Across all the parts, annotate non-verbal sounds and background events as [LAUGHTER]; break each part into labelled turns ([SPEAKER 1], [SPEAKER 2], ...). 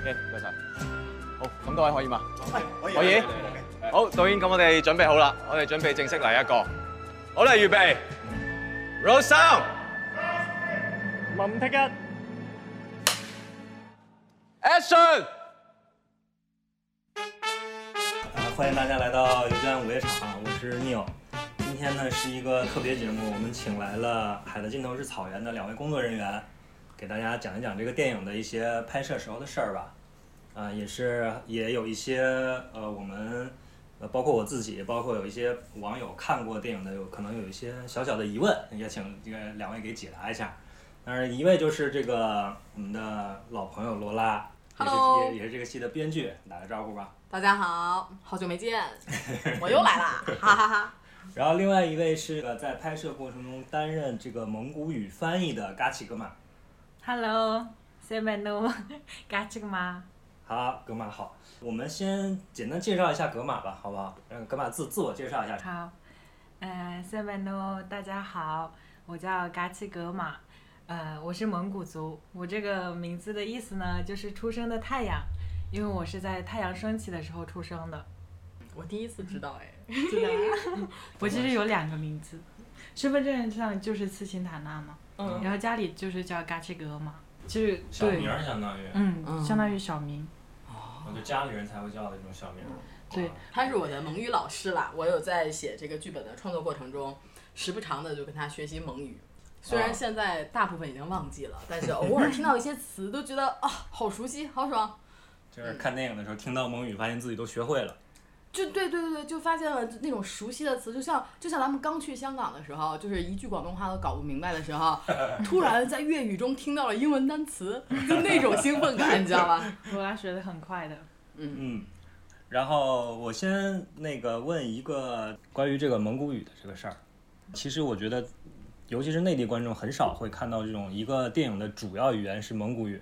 [SPEAKER 1] OK，唔該晒。好，咁多位可以嘛？
[SPEAKER 2] 可
[SPEAKER 1] 可以。好，導演，咁我哋準備好啦，我哋準備正式嚟一個。好啦，預備，roll sound。
[SPEAKER 3] 林剔一，
[SPEAKER 1] Action！
[SPEAKER 4] 啊，欢迎大家来到油站午夜场，我是 Neil。今天呢是一个特别节目，我们请来了《海的尽头是草原》的两位工作人员，给大家讲一讲这个电影的一些拍摄时候的事儿吧。啊、也是也有一些呃，我们呃，包括我自己，包括有一些网友看过电影的，有可能有一些小小的疑问，也请这个两位给解答一下。当然，一位就是这个我们的老朋友罗拉，也是
[SPEAKER 5] Hello
[SPEAKER 4] 也也是这个戏的编剧，打个招呼吧。
[SPEAKER 5] 大家好，好久没见，我又来啦，哈哈哈。
[SPEAKER 4] 然后另外一位是呃，在拍摄过程中担任这个蒙古语翻译的嘎奇格玛。
[SPEAKER 6] Hello，谁没弄？ [LAUGHS] 干这个吗？
[SPEAKER 4] 好，格玛好，我们先简单介绍一下格玛吧，好不好？让格玛自自我介绍一下。
[SPEAKER 6] 好，呃，谁没弄？大家好，我叫嘎奇格玛，呃，我是蒙古族。我这个名字的意思呢，就是出生的太阳，因为我是在太阳升起的时候出生的。
[SPEAKER 5] 我第一次知道哎，
[SPEAKER 6] 我其实有两个名字，身份证上就是斯琴塔纳嘛，
[SPEAKER 5] 嗯，
[SPEAKER 6] 然后家里就是叫嘎奇格玛，就是
[SPEAKER 4] 小名
[SPEAKER 6] 对，
[SPEAKER 4] 儿相当于，
[SPEAKER 6] 嗯，
[SPEAKER 5] 嗯
[SPEAKER 6] 相当于小名。
[SPEAKER 4] 我就家里人才会叫的这种小名儿。
[SPEAKER 6] 对
[SPEAKER 4] 啊
[SPEAKER 5] 他是我的蒙语老师啦，我有在写这个剧本的创作过程中，时不常的就跟他学习蒙语。虽然现在大部分已经忘记了，但是偶尔听到一些词都觉得啊、好熟悉，好爽。
[SPEAKER 4] 就是看电影的时候听到蒙语，发现自己都学会了。
[SPEAKER 5] 就对对对，就发现了那种熟悉的词，就像就像咱们刚去香港的时候，就是一句广东话都搞不明白的时候，突然在粤语中听到了英文单词，就那种兴奋感，你知道吧？
[SPEAKER 6] 罗拉学的很快的，
[SPEAKER 4] 嗯，然后我先那个问一个关于这个蒙古语的这个事儿。其实我觉得，尤其是内地观众很少会看到这种一个电影的主要语言是蒙古语，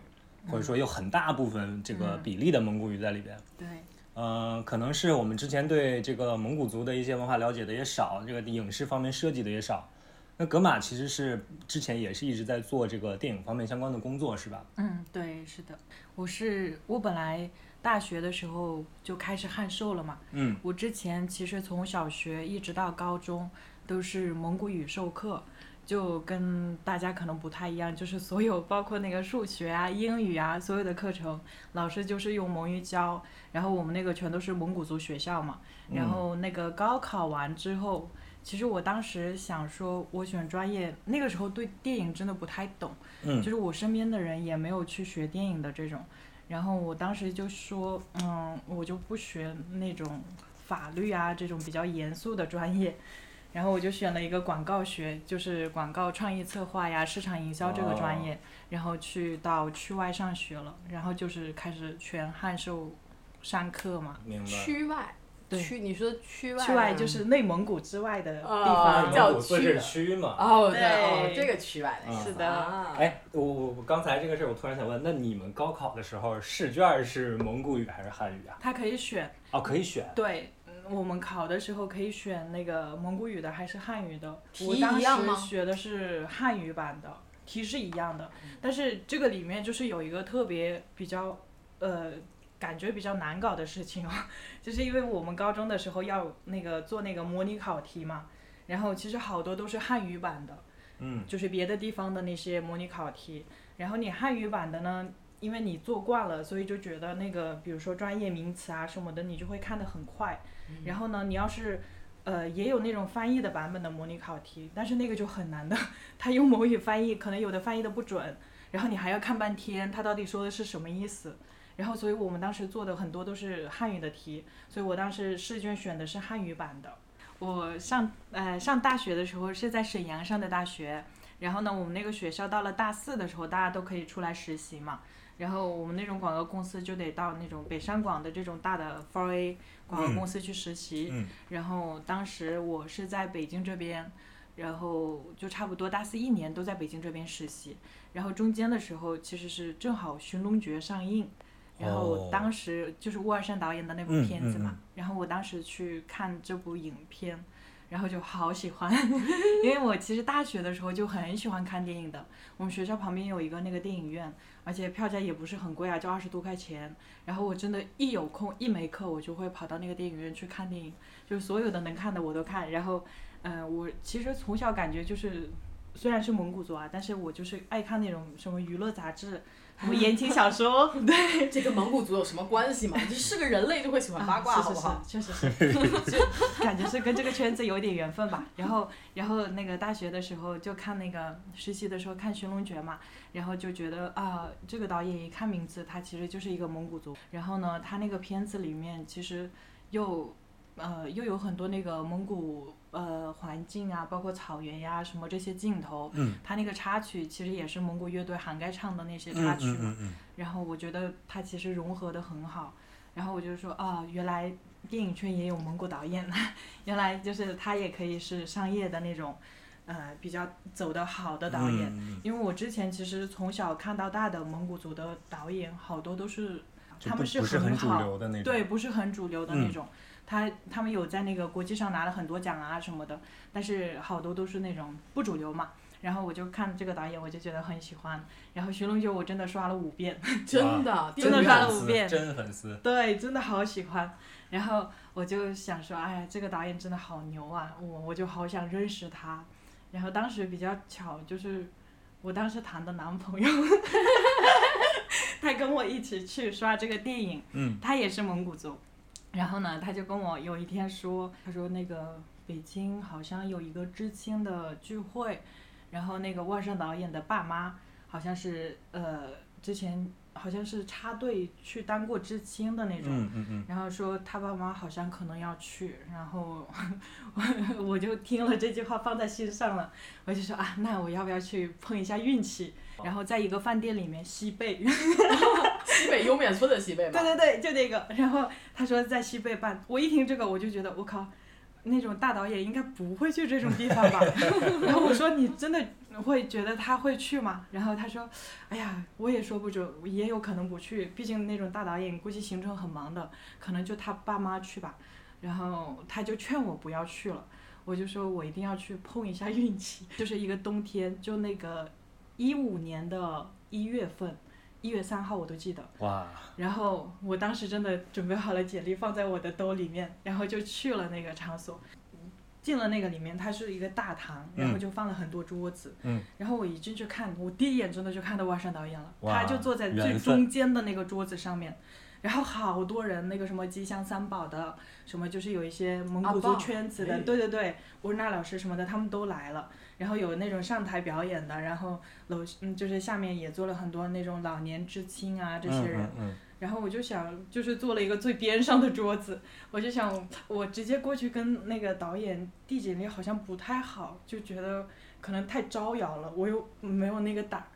[SPEAKER 4] 或者说有很大部分这个比例的蒙古语在里边。
[SPEAKER 6] 对，
[SPEAKER 4] 呃，可能是我们之前对这个蒙古族的一些文化了解的也少，这个影视方面涉及的也少。那格玛其实是之前也是一直在做这个电影方面相关的工作，是吧？
[SPEAKER 6] 嗯，对，是的，我是我本来大学的时候就开始汉授了嘛。
[SPEAKER 4] 嗯，
[SPEAKER 6] 我之前其实从小学一直到高中都是蒙古语授课，就跟大家可能不太一样，就是所有包括那个数学啊、英语啊，所有的课程老师就是用蒙语教，然后我们那个全都是蒙古族学校嘛。然后那个高考完之后，其实我当时想说，我选专业，那个时候对电影真的不太懂。
[SPEAKER 4] 嗯
[SPEAKER 6] 就是我身边的人也没有去学电影的这种，然后我当时就说，嗯，我就不学那种法律啊这种比较严肃的专业，然后我就选了一个广告学，就是广告创意策划呀、市场营销这个专业，然后去到区外上学了，然后就是开始全汉授上课嘛，
[SPEAKER 4] 明白。
[SPEAKER 5] 区外，
[SPEAKER 6] 对
[SPEAKER 5] 区，你说区外，
[SPEAKER 6] 区外就是内蒙古之外的地
[SPEAKER 5] 啊
[SPEAKER 6] 方，
[SPEAKER 5] 叫
[SPEAKER 4] 蒙古自治区嘛。
[SPEAKER 5] 哦，
[SPEAKER 6] 对
[SPEAKER 5] 对，哦，这个区外的意思
[SPEAKER 6] 是的
[SPEAKER 5] 啊
[SPEAKER 4] 哎，我我我刚才这个事儿，我突然想问，那你们高考的时候试卷是蒙古语还是汉语啊？
[SPEAKER 6] 它可以选。
[SPEAKER 4] 哦，可以选。
[SPEAKER 6] 对，嗯我们考的时候可以选那个蒙古语的还是汉语的。
[SPEAKER 5] 题
[SPEAKER 6] 我当
[SPEAKER 5] 一样吗
[SPEAKER 6] 时学的是汉语版的，题是一样的，
[SPEAKER 5] 嗯
[SPEAKER 6] 但是这个里面就是有一个特别比较，呃。感觉比较难搞的事情哦， [LAUGHS] 就是因为我们高中的时候要那个做那个模拟考题嘛，然后其实好多都是汉语版的，
[SPEAKER 4] 嗯，
[SPEAKER 6] 就是别的地方的那些模拟考题。然后你汉语版的呢，因为你做惯了，所以就觉得那个，比如说专业名词啊什么的，你就会看得很快。然后呢，你要是呃也有那种翻译的版本的模拟考题，但是那个就很难的， [LAUGHS] 它用母语翻译，可能有的翻译的不准，然后你还要看半天，它到底说的是什么意思。然后，所以我们当时做的很多都是汉语的题，所以我当时试卷选的是汉语版的。我上呃上大学的时候是在沈阳上的大学，然后呢，我们那个学校到了大四的时候，大家都可以出来实习嘛。然后我们那种广告公司就得到那种北上广的这种大的 4A 广告公司去实习。
[SPEAKER 4] 嗯嗯
[SPEAKER 6] 然后当时我是在北京这边，然后就差不多大四一年都在北京这边实习。然后中间的时候其实是正好《寻龙诀》上映，然
[SPEAKER 4] 哦
[SPEAKER 6] 后当时就是乌尔善导演的那部
[SPEAKER 4] 嗯
[SPEAKER 6] 片子
[SPEAKER 4] 嗯
[SPEAKER 6] 嘛。
[SPEAKER 4] 嗯
[SPEAKER 6] 然后我当时去看这部影片，然后就好喜欢， [LAUGHS] 因为我其实大学的时候就很喜欢看电影的。我们学校旁边有一个那个电影院，而且票价也不是很贵啊，就二十多块钱。然后我真的，一有空一没课，我就会跑到那个电影院去看电影，就是所有的能看的我都看。然后，嗯、我其实从小感觉就是，虽然是蒙古族啊，但是我就是爱看那种什么娱乐杂志，什么言情小说，
[SPEAKER 5] 这跟蒙古族有什么关 [LAUGHS] 系吗？这是个人类就会喜欢八卦，
[SPEAKER 6] 啊
[SPEAKER 5] 好不好？？
[SPEAKER 6] 是是是，确实是， [LAUGHS] 感觉是跟这个圈子有点缘分吧。然后，然后那个大学的时候就看那个实习的时候看《寻龙诀》嘛，然后就觉得啊、这个导演一看名字，他其实就是一个蒙古族。然后呢，他那个片子里面其实又呃又有很多那个蒙古呃环境啊，包括草原呀、什么这些镜头。
[SPEAKER 4] 嗯。
[SPEAKER 6] 他那个插曲其实也是蒙古乐队涵盖唱的那些插
[SPEAKER 4] 嗯
[SPEAKER 6] 曲嘛。
[SPEAKER 4] 嗯嗯
[SPEAKER 6] 然后我觉得它其实融合的很好，然后我就说啊，原来电影圈也有蒙古导演， [LAUGHS] 原来就是他也可以是商业的那种，呃，比较走得好的
[SPEAKER 4] 嗯，
[SPEAKER 6] 导演。
[SPEAKER 4] 嗯，嗯
[SPEAKER 6] 因为我之前其实从小看到大的蒙古族的导演，好多都是
[SPEAKER 4] 就
[SPEAKER 6] 他
[SPEAKER 4] 不
[SPEAKER 6] 们
[SPEAKER 4] 不是
[SPEAKER 6] 很
[SPEAKER 4] 主
[SPEAKER 6] 好，
[SPEAKER 4] 流的那种。
[SPEAKER 6] 对，不是很主流的那
[SPEAKER 4] 嗯
[SPEAKER 6] 种。他他们有在那个国际上拿了很多奖啊什么的，但是好多都是那种不主流嘛。然后我就看这个导演，我就觉得很喜欢。然后《寻龙诀》我真的刷了五遍，
[SPEAKER 5] 真的，
[SPEAKER 6] 真
[SPEAKER 5] 电影
[SPEAKER 6] 的刷
[SPEAKER 5] 院
[SPEAKER 6] 了五遍
[SPEAKER 4] 真粉丝。
[SPEAKER 6] 对，真的好喜欢。然后我就想说，哎呀，这个导演真的好牛啊，我我就好想认识他。然后当时比较巧，就是我当时谈的男朋友，他跟我一起去刷这个电影，
[SPEAKER 4] 嗯，
[SPEAKER 6] 他也是蒙古族。然后呢，他就跟我有一天说，他说那个北京好像有一个知青的聚会，然后那个万圣导演的爸妈好像是呃之前好像是插队去当过知青的那种，
[SPEAKER 4] 嗯嗯嗯，
[SPEAKER 6] 然后说他爸妈好像可能要去，然后我 [LAUGHS] 我就听了这句话放在心上了，我就说啊，那我要不要去碰一下运气？然后在一个饭店里面西贝，
[SPEAKER 5] 西北优面村的西北
[SPEAKER 6] 对
[SPEAKER 5] 嘛。
[SPEAKER 6] 对对，就那个。然后他说在西贝办，我一听这个我就觉得我靠，那种大导演应该不会去这种地方吧？然后我说你真的会觉得他会去吗？然后他说，哎呀，我也说不准，也有可能不去，毕竟那种大导演估计行程很忙的，可能就他爸妈去吧。然后他就劝我不要去了。我就说我一定要去碰一下运气， [LAUGHS] 就是一个冬天，就那个一五年的一月份，一月三号我都记得，
[SPEAKER 4] 哇，
[SPEAKER 6] 然后我当时真的准备好了简历放在我的兜里面，然后就去了那个场所，进了那个里面，它是一个大堂，
[SPEAKER 4] 嗯
[SPEAKER 6] 然后就放了很多桌子，
[SPEAKER 4] 嗯
[SPEAKER 6] 然后我一进去看，我第一眼真的就看到万山导演了，
[SPEAKER 4] 哇
[SPEAKER 6] 他就坐在最
[SPEAKER 4] 缘分
[SPEAKER 6] 中间的那个桌子上面。然后好多人，那个什么吉祥三宝的，什么就是有一些蒙古
[SPEAKER 5] 阿
[SPEAKER 6] 族
[SPEAKER 5] 豹
[SPEAKER 6] 圈子
[SPEAKER 4] 啊
[SPEAKER 6] 的，
[SPEAKER 5] 哎
[SPEAKER 6] 对对对，乌日那老师什么的，他们都来了。然后有那种上台表演的，然后楼嗯就是下面也坐了很多那种老年知青啊这些人。
[SPEAKER 4] 嗯嗯
[SPEAKER 6] 然后我就想，就是坐了一个最边上的桌子，我就想，我直接过去跟那个导演递简历好像不太好，就觉得可能太招摇了，我又没有那个胆儿，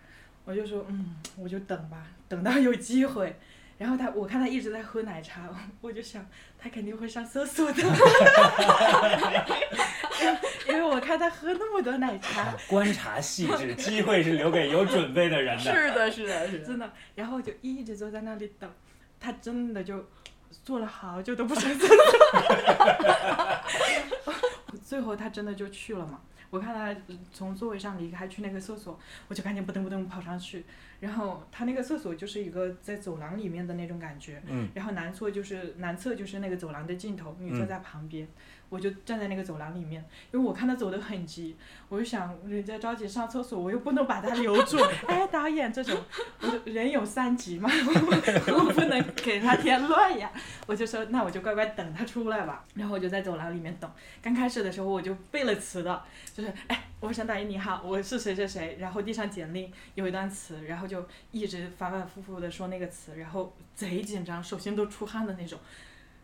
[SPEAKER 6] 我就说，嗯，我就等吧，等到有机会。然后他，我看他一直在喝奶茶， [LAUGHS] 我就想他肯定会上厕所的， [LAUGHS] 因为我看他喝那么多奶茶，
[SPEAKER 4] 嗯，观察细致，机会是留给有准备的人的。
[SPEAKER 5] 是的，是的，是的。
[SPEAKER 6] 真的，然后我就一直坐在那里等，他真的就坐了好久都不上厕所。 [LAUGHS] 最后他真的就去了嘛，我看他从座位上离开去那个厕所，我就赶紧扑腾扑腾跑上去，然后他那个厕所就是一个在走廊里面的那种感觉，
[SPEAKER 4] 嗯，
[SPEAKER 6] 然后南侧就是南侧就是那个走廊的尽头，女厕在旁边，我就站在那个走廊里面，因为我看他走得很急，我就想人家着急上厕所，我又不能把他留住，哎，导演这种，我说人有三急嘛， [LAUGHS] 我不能给他添乱呀， [LAUGHS] 我就说那我就乖乖等他出来吧，然后我就在走廊里面等，刚开始的时候我就背了词的，就是哎，我想导演你好，我是谁谁谁，然后递上简历有一段词，然后就一直反反复复的说那个词，然后贼紧张，手心都出汗的那种。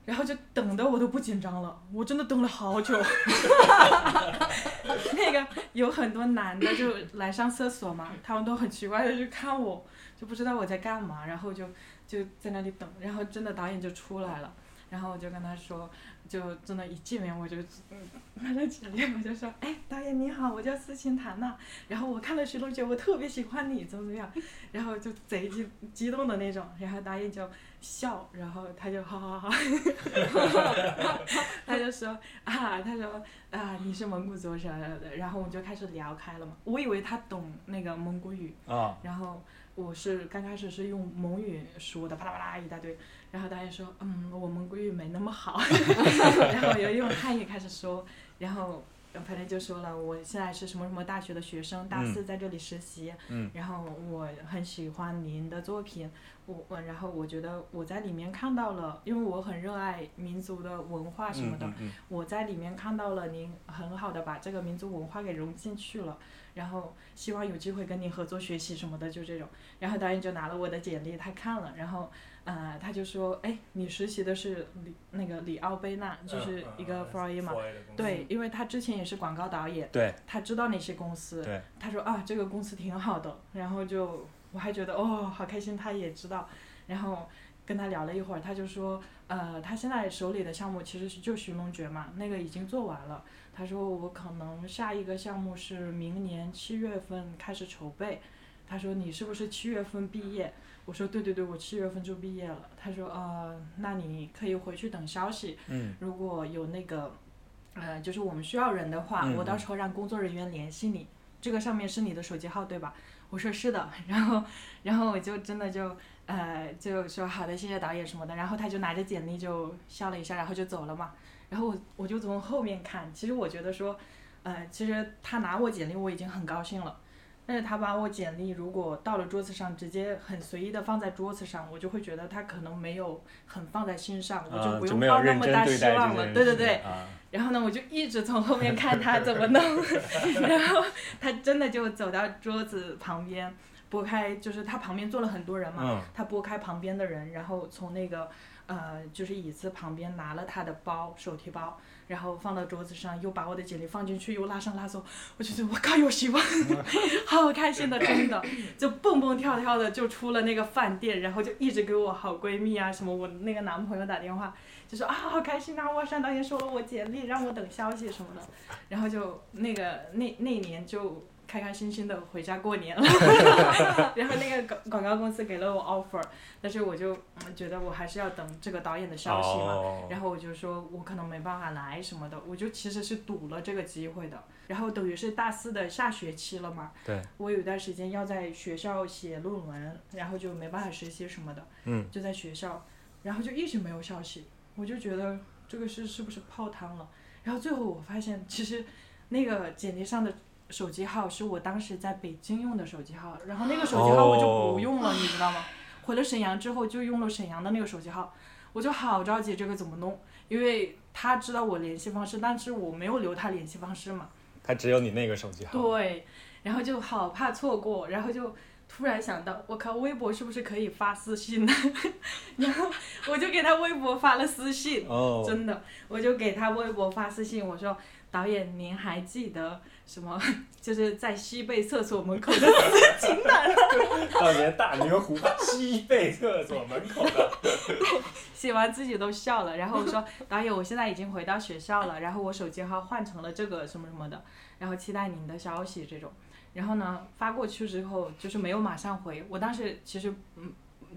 [SPEAKER 6] 然后就等的我都不紧张了，我真的等了好久。 [LAUGHS] 那个有很多男的就来上厕所嘛，他们都很奇怪的就看我，就不知道我在干嘛，然后就就在那里等，然后真的导演就出来了。然后我就跟他说，就真的，一见面我就，嗯，了几面我就说，哎，导演你好，我叫斯琴塔娜，然后我看了徐同学，我特别喜欢你，怎么怎么样，然后就贼激激动的那种，然后导演就笑，然后他就哈哈哈， [LAUGHS] 他就说啊，他说啊你是蒙古族人，然后我们就开始聊开了嘛，我以为他懂那个蒙古语，
[SPEAKER 4] 啊，
[SPEAKER 6] 然后我是刚开始是用蒙语说的，啪啦啪啦一大堆，然后大家说，嗯，我蒙古语没那么
[SPEAKER 4] [LAUGHS]
[SPEAKER 6] 好， [LAUGHS] 然后我又用汉语开始说，然后呃反正就说了，我现在是什么什么大学的学生，大四在这里实习，
[SPEAKER 4] 嗯
[SPEAKER 6] 然后我很喜欢您的作品，我我然后我觉得我在里面看到了，因为我很热爱民族的文化什么的，
[SPEAKER 4] 嗯嗯
[SPEAKER 6] 我在里面看到了您很好的把这个民族文化给融进去了，然后希望有机会跟您合作学习什么的，就这种。然后导演就拿了我的简历，他看了，然后呃，他就说，哎，你实习的是里那个里奥贝纳，
[SPEAKER 4] 嗯
[SPEAKER 6] 就是一个 f r o y 嘛。
[SPEAKER 4] Freud 的公司
[SPEAKER 6] 对，因为他之前也是广告导演，
[SPEAKER 4] 对
[SPEAKER 6] 他知道那些公司，
[SPEAKER 4] 对，
[SPEAKER 6] 他说啊，这个公司挺好的，然后就我还觉得哦，好开心，他也知道，然后跟他聊了一会儿，他就说，呃，他现在手里的项目其实是就寻龙诀嘛，那个已经做完了，他说我可能下一个项目是明年七月份开始筹备，他说你是不是七月份毕业？我说对对对，我七月份就毕业了。他说呃，那你可以回去等消息，
[SPEAKER 4] 嗯，
[SPEAKER 6] 如果有那个，呃，就是我们需要人的话，
[SPEAKER 4] 嗯
[SPEAKER 6] 我到时候让工作人员联系你。这个上面是你的手机号对吧？我说是的，然后，然后我就真的就呃就说好的，谢谢导演什么的。然后他就拿着简历就笑了一下，然后就走了嘛。然后我我就从后面看，其实我觉得说，呃，其实他拿我简历我已经很高兴了。但是他把我简历如果到了桌子上，直接很随意的放在桌子上，我就会觉得他可能没有很放在心上，我
[SPEAKER 4] 啊
[SPEAKER 6] 不
[SPEAKER 4] 就
[SPEAKER 6] 用
[SPEAKER 4] 没有
[SPEAKER 6] 抱那
[SPEAKER 4] 认
[SPEAKER 6] 么
[SPEAKER 4] 真
[SPEAKER 6] 大
[SPEAKER 4] 对
[SPEAKER 6] 希
[SPEAKER 4] 待
[SPEAKER 6] 望
[SPEAKER 4] 这
[SPEAKER 6] 了。
[SPEAKER 4] 件
[SPEAKER 6] 对对
[SPEAKER 4] 事
[SPEAKER 6] 对，
[SPEAKER 4] 啊，
[SPEAKER 6] 然后呢，我就一直从后面看他怎么弄，然后他真的就走到桌子旁边，拨开，就是他旁边坐了很多人嘛，
[SPEAKER 4] 嗯
[SPEAKER 6] 他拨开旁边的人，然后从那个呃就是椅子旁边拿了他的包，手提包，然后放到桌子上，又把我的简历放进去，又拉上拉走，我就觉得我靠有希望，好开心的，真的就蹦蹦跳跳的就出了那个饭店，然后就一直给我好闺蜜啊什么我那个男朋友打电话，就说啊好开心啊，哇山导演收了我简历，让我等消息什么的，然后就那个那那年就。开开心心的回家过年了，然后那个广广告公司给了我 offer，但是我就嗯觉得我还是要等这个导演的消息嘛，
[SPEAKER 4] 哦
[SPEAKER 6] 然后我就说我可能没办法来什么的，我就其实是赌了这个机会的。然后等于是大四的下学期了嘛，
[SPEAKER 4] 对，
[SPEAKER 6] 我有一段时间要在学校写论文，然后就没办法实习什么的，
[SPEAKER 4] 嗯，
[SPEAKER 6] 就在学校，然后就一直没有消息，我就觉得这个事是不是泡汤了？然后最后我发现，其实那个简历上的手机号是我当时在北京用的手机号，然后那个手机号我就不用了，你知道吗？回了沈阳之后就用了沈阳的那个手机号，我就好着急这个怎么弄，因为他知道我联系方式，但是我没有留他联系方式嘛。
[SPEAKER 4] 他只有你那个手机号，
[SPEAKER 6] 对，然后就好怕错过，然后就突然想到，我靠，微博是不是可以发私信呢？ [LAUGHS] 然后我就给他微博发了私信，
[SPEAKER 4] 哦，
[SPEAKER 6] 真的，我就给他微博发私信，我说导演您还记得什么？ [LAUGHS] 就是在西贝厕所门口的 [LAUGHS] 私情吗？
[SPEAKER 4] 当年大明湖西贝厕所门口的，
[SPEAKER 6] 写完自己都笑了。然后我说导演，我现在已经回到学校了，然后我手机号换成了这个什么什么的，然后期待您的消息这种。然后呢，发过去之后就是没有马上回，我当时其实嗯。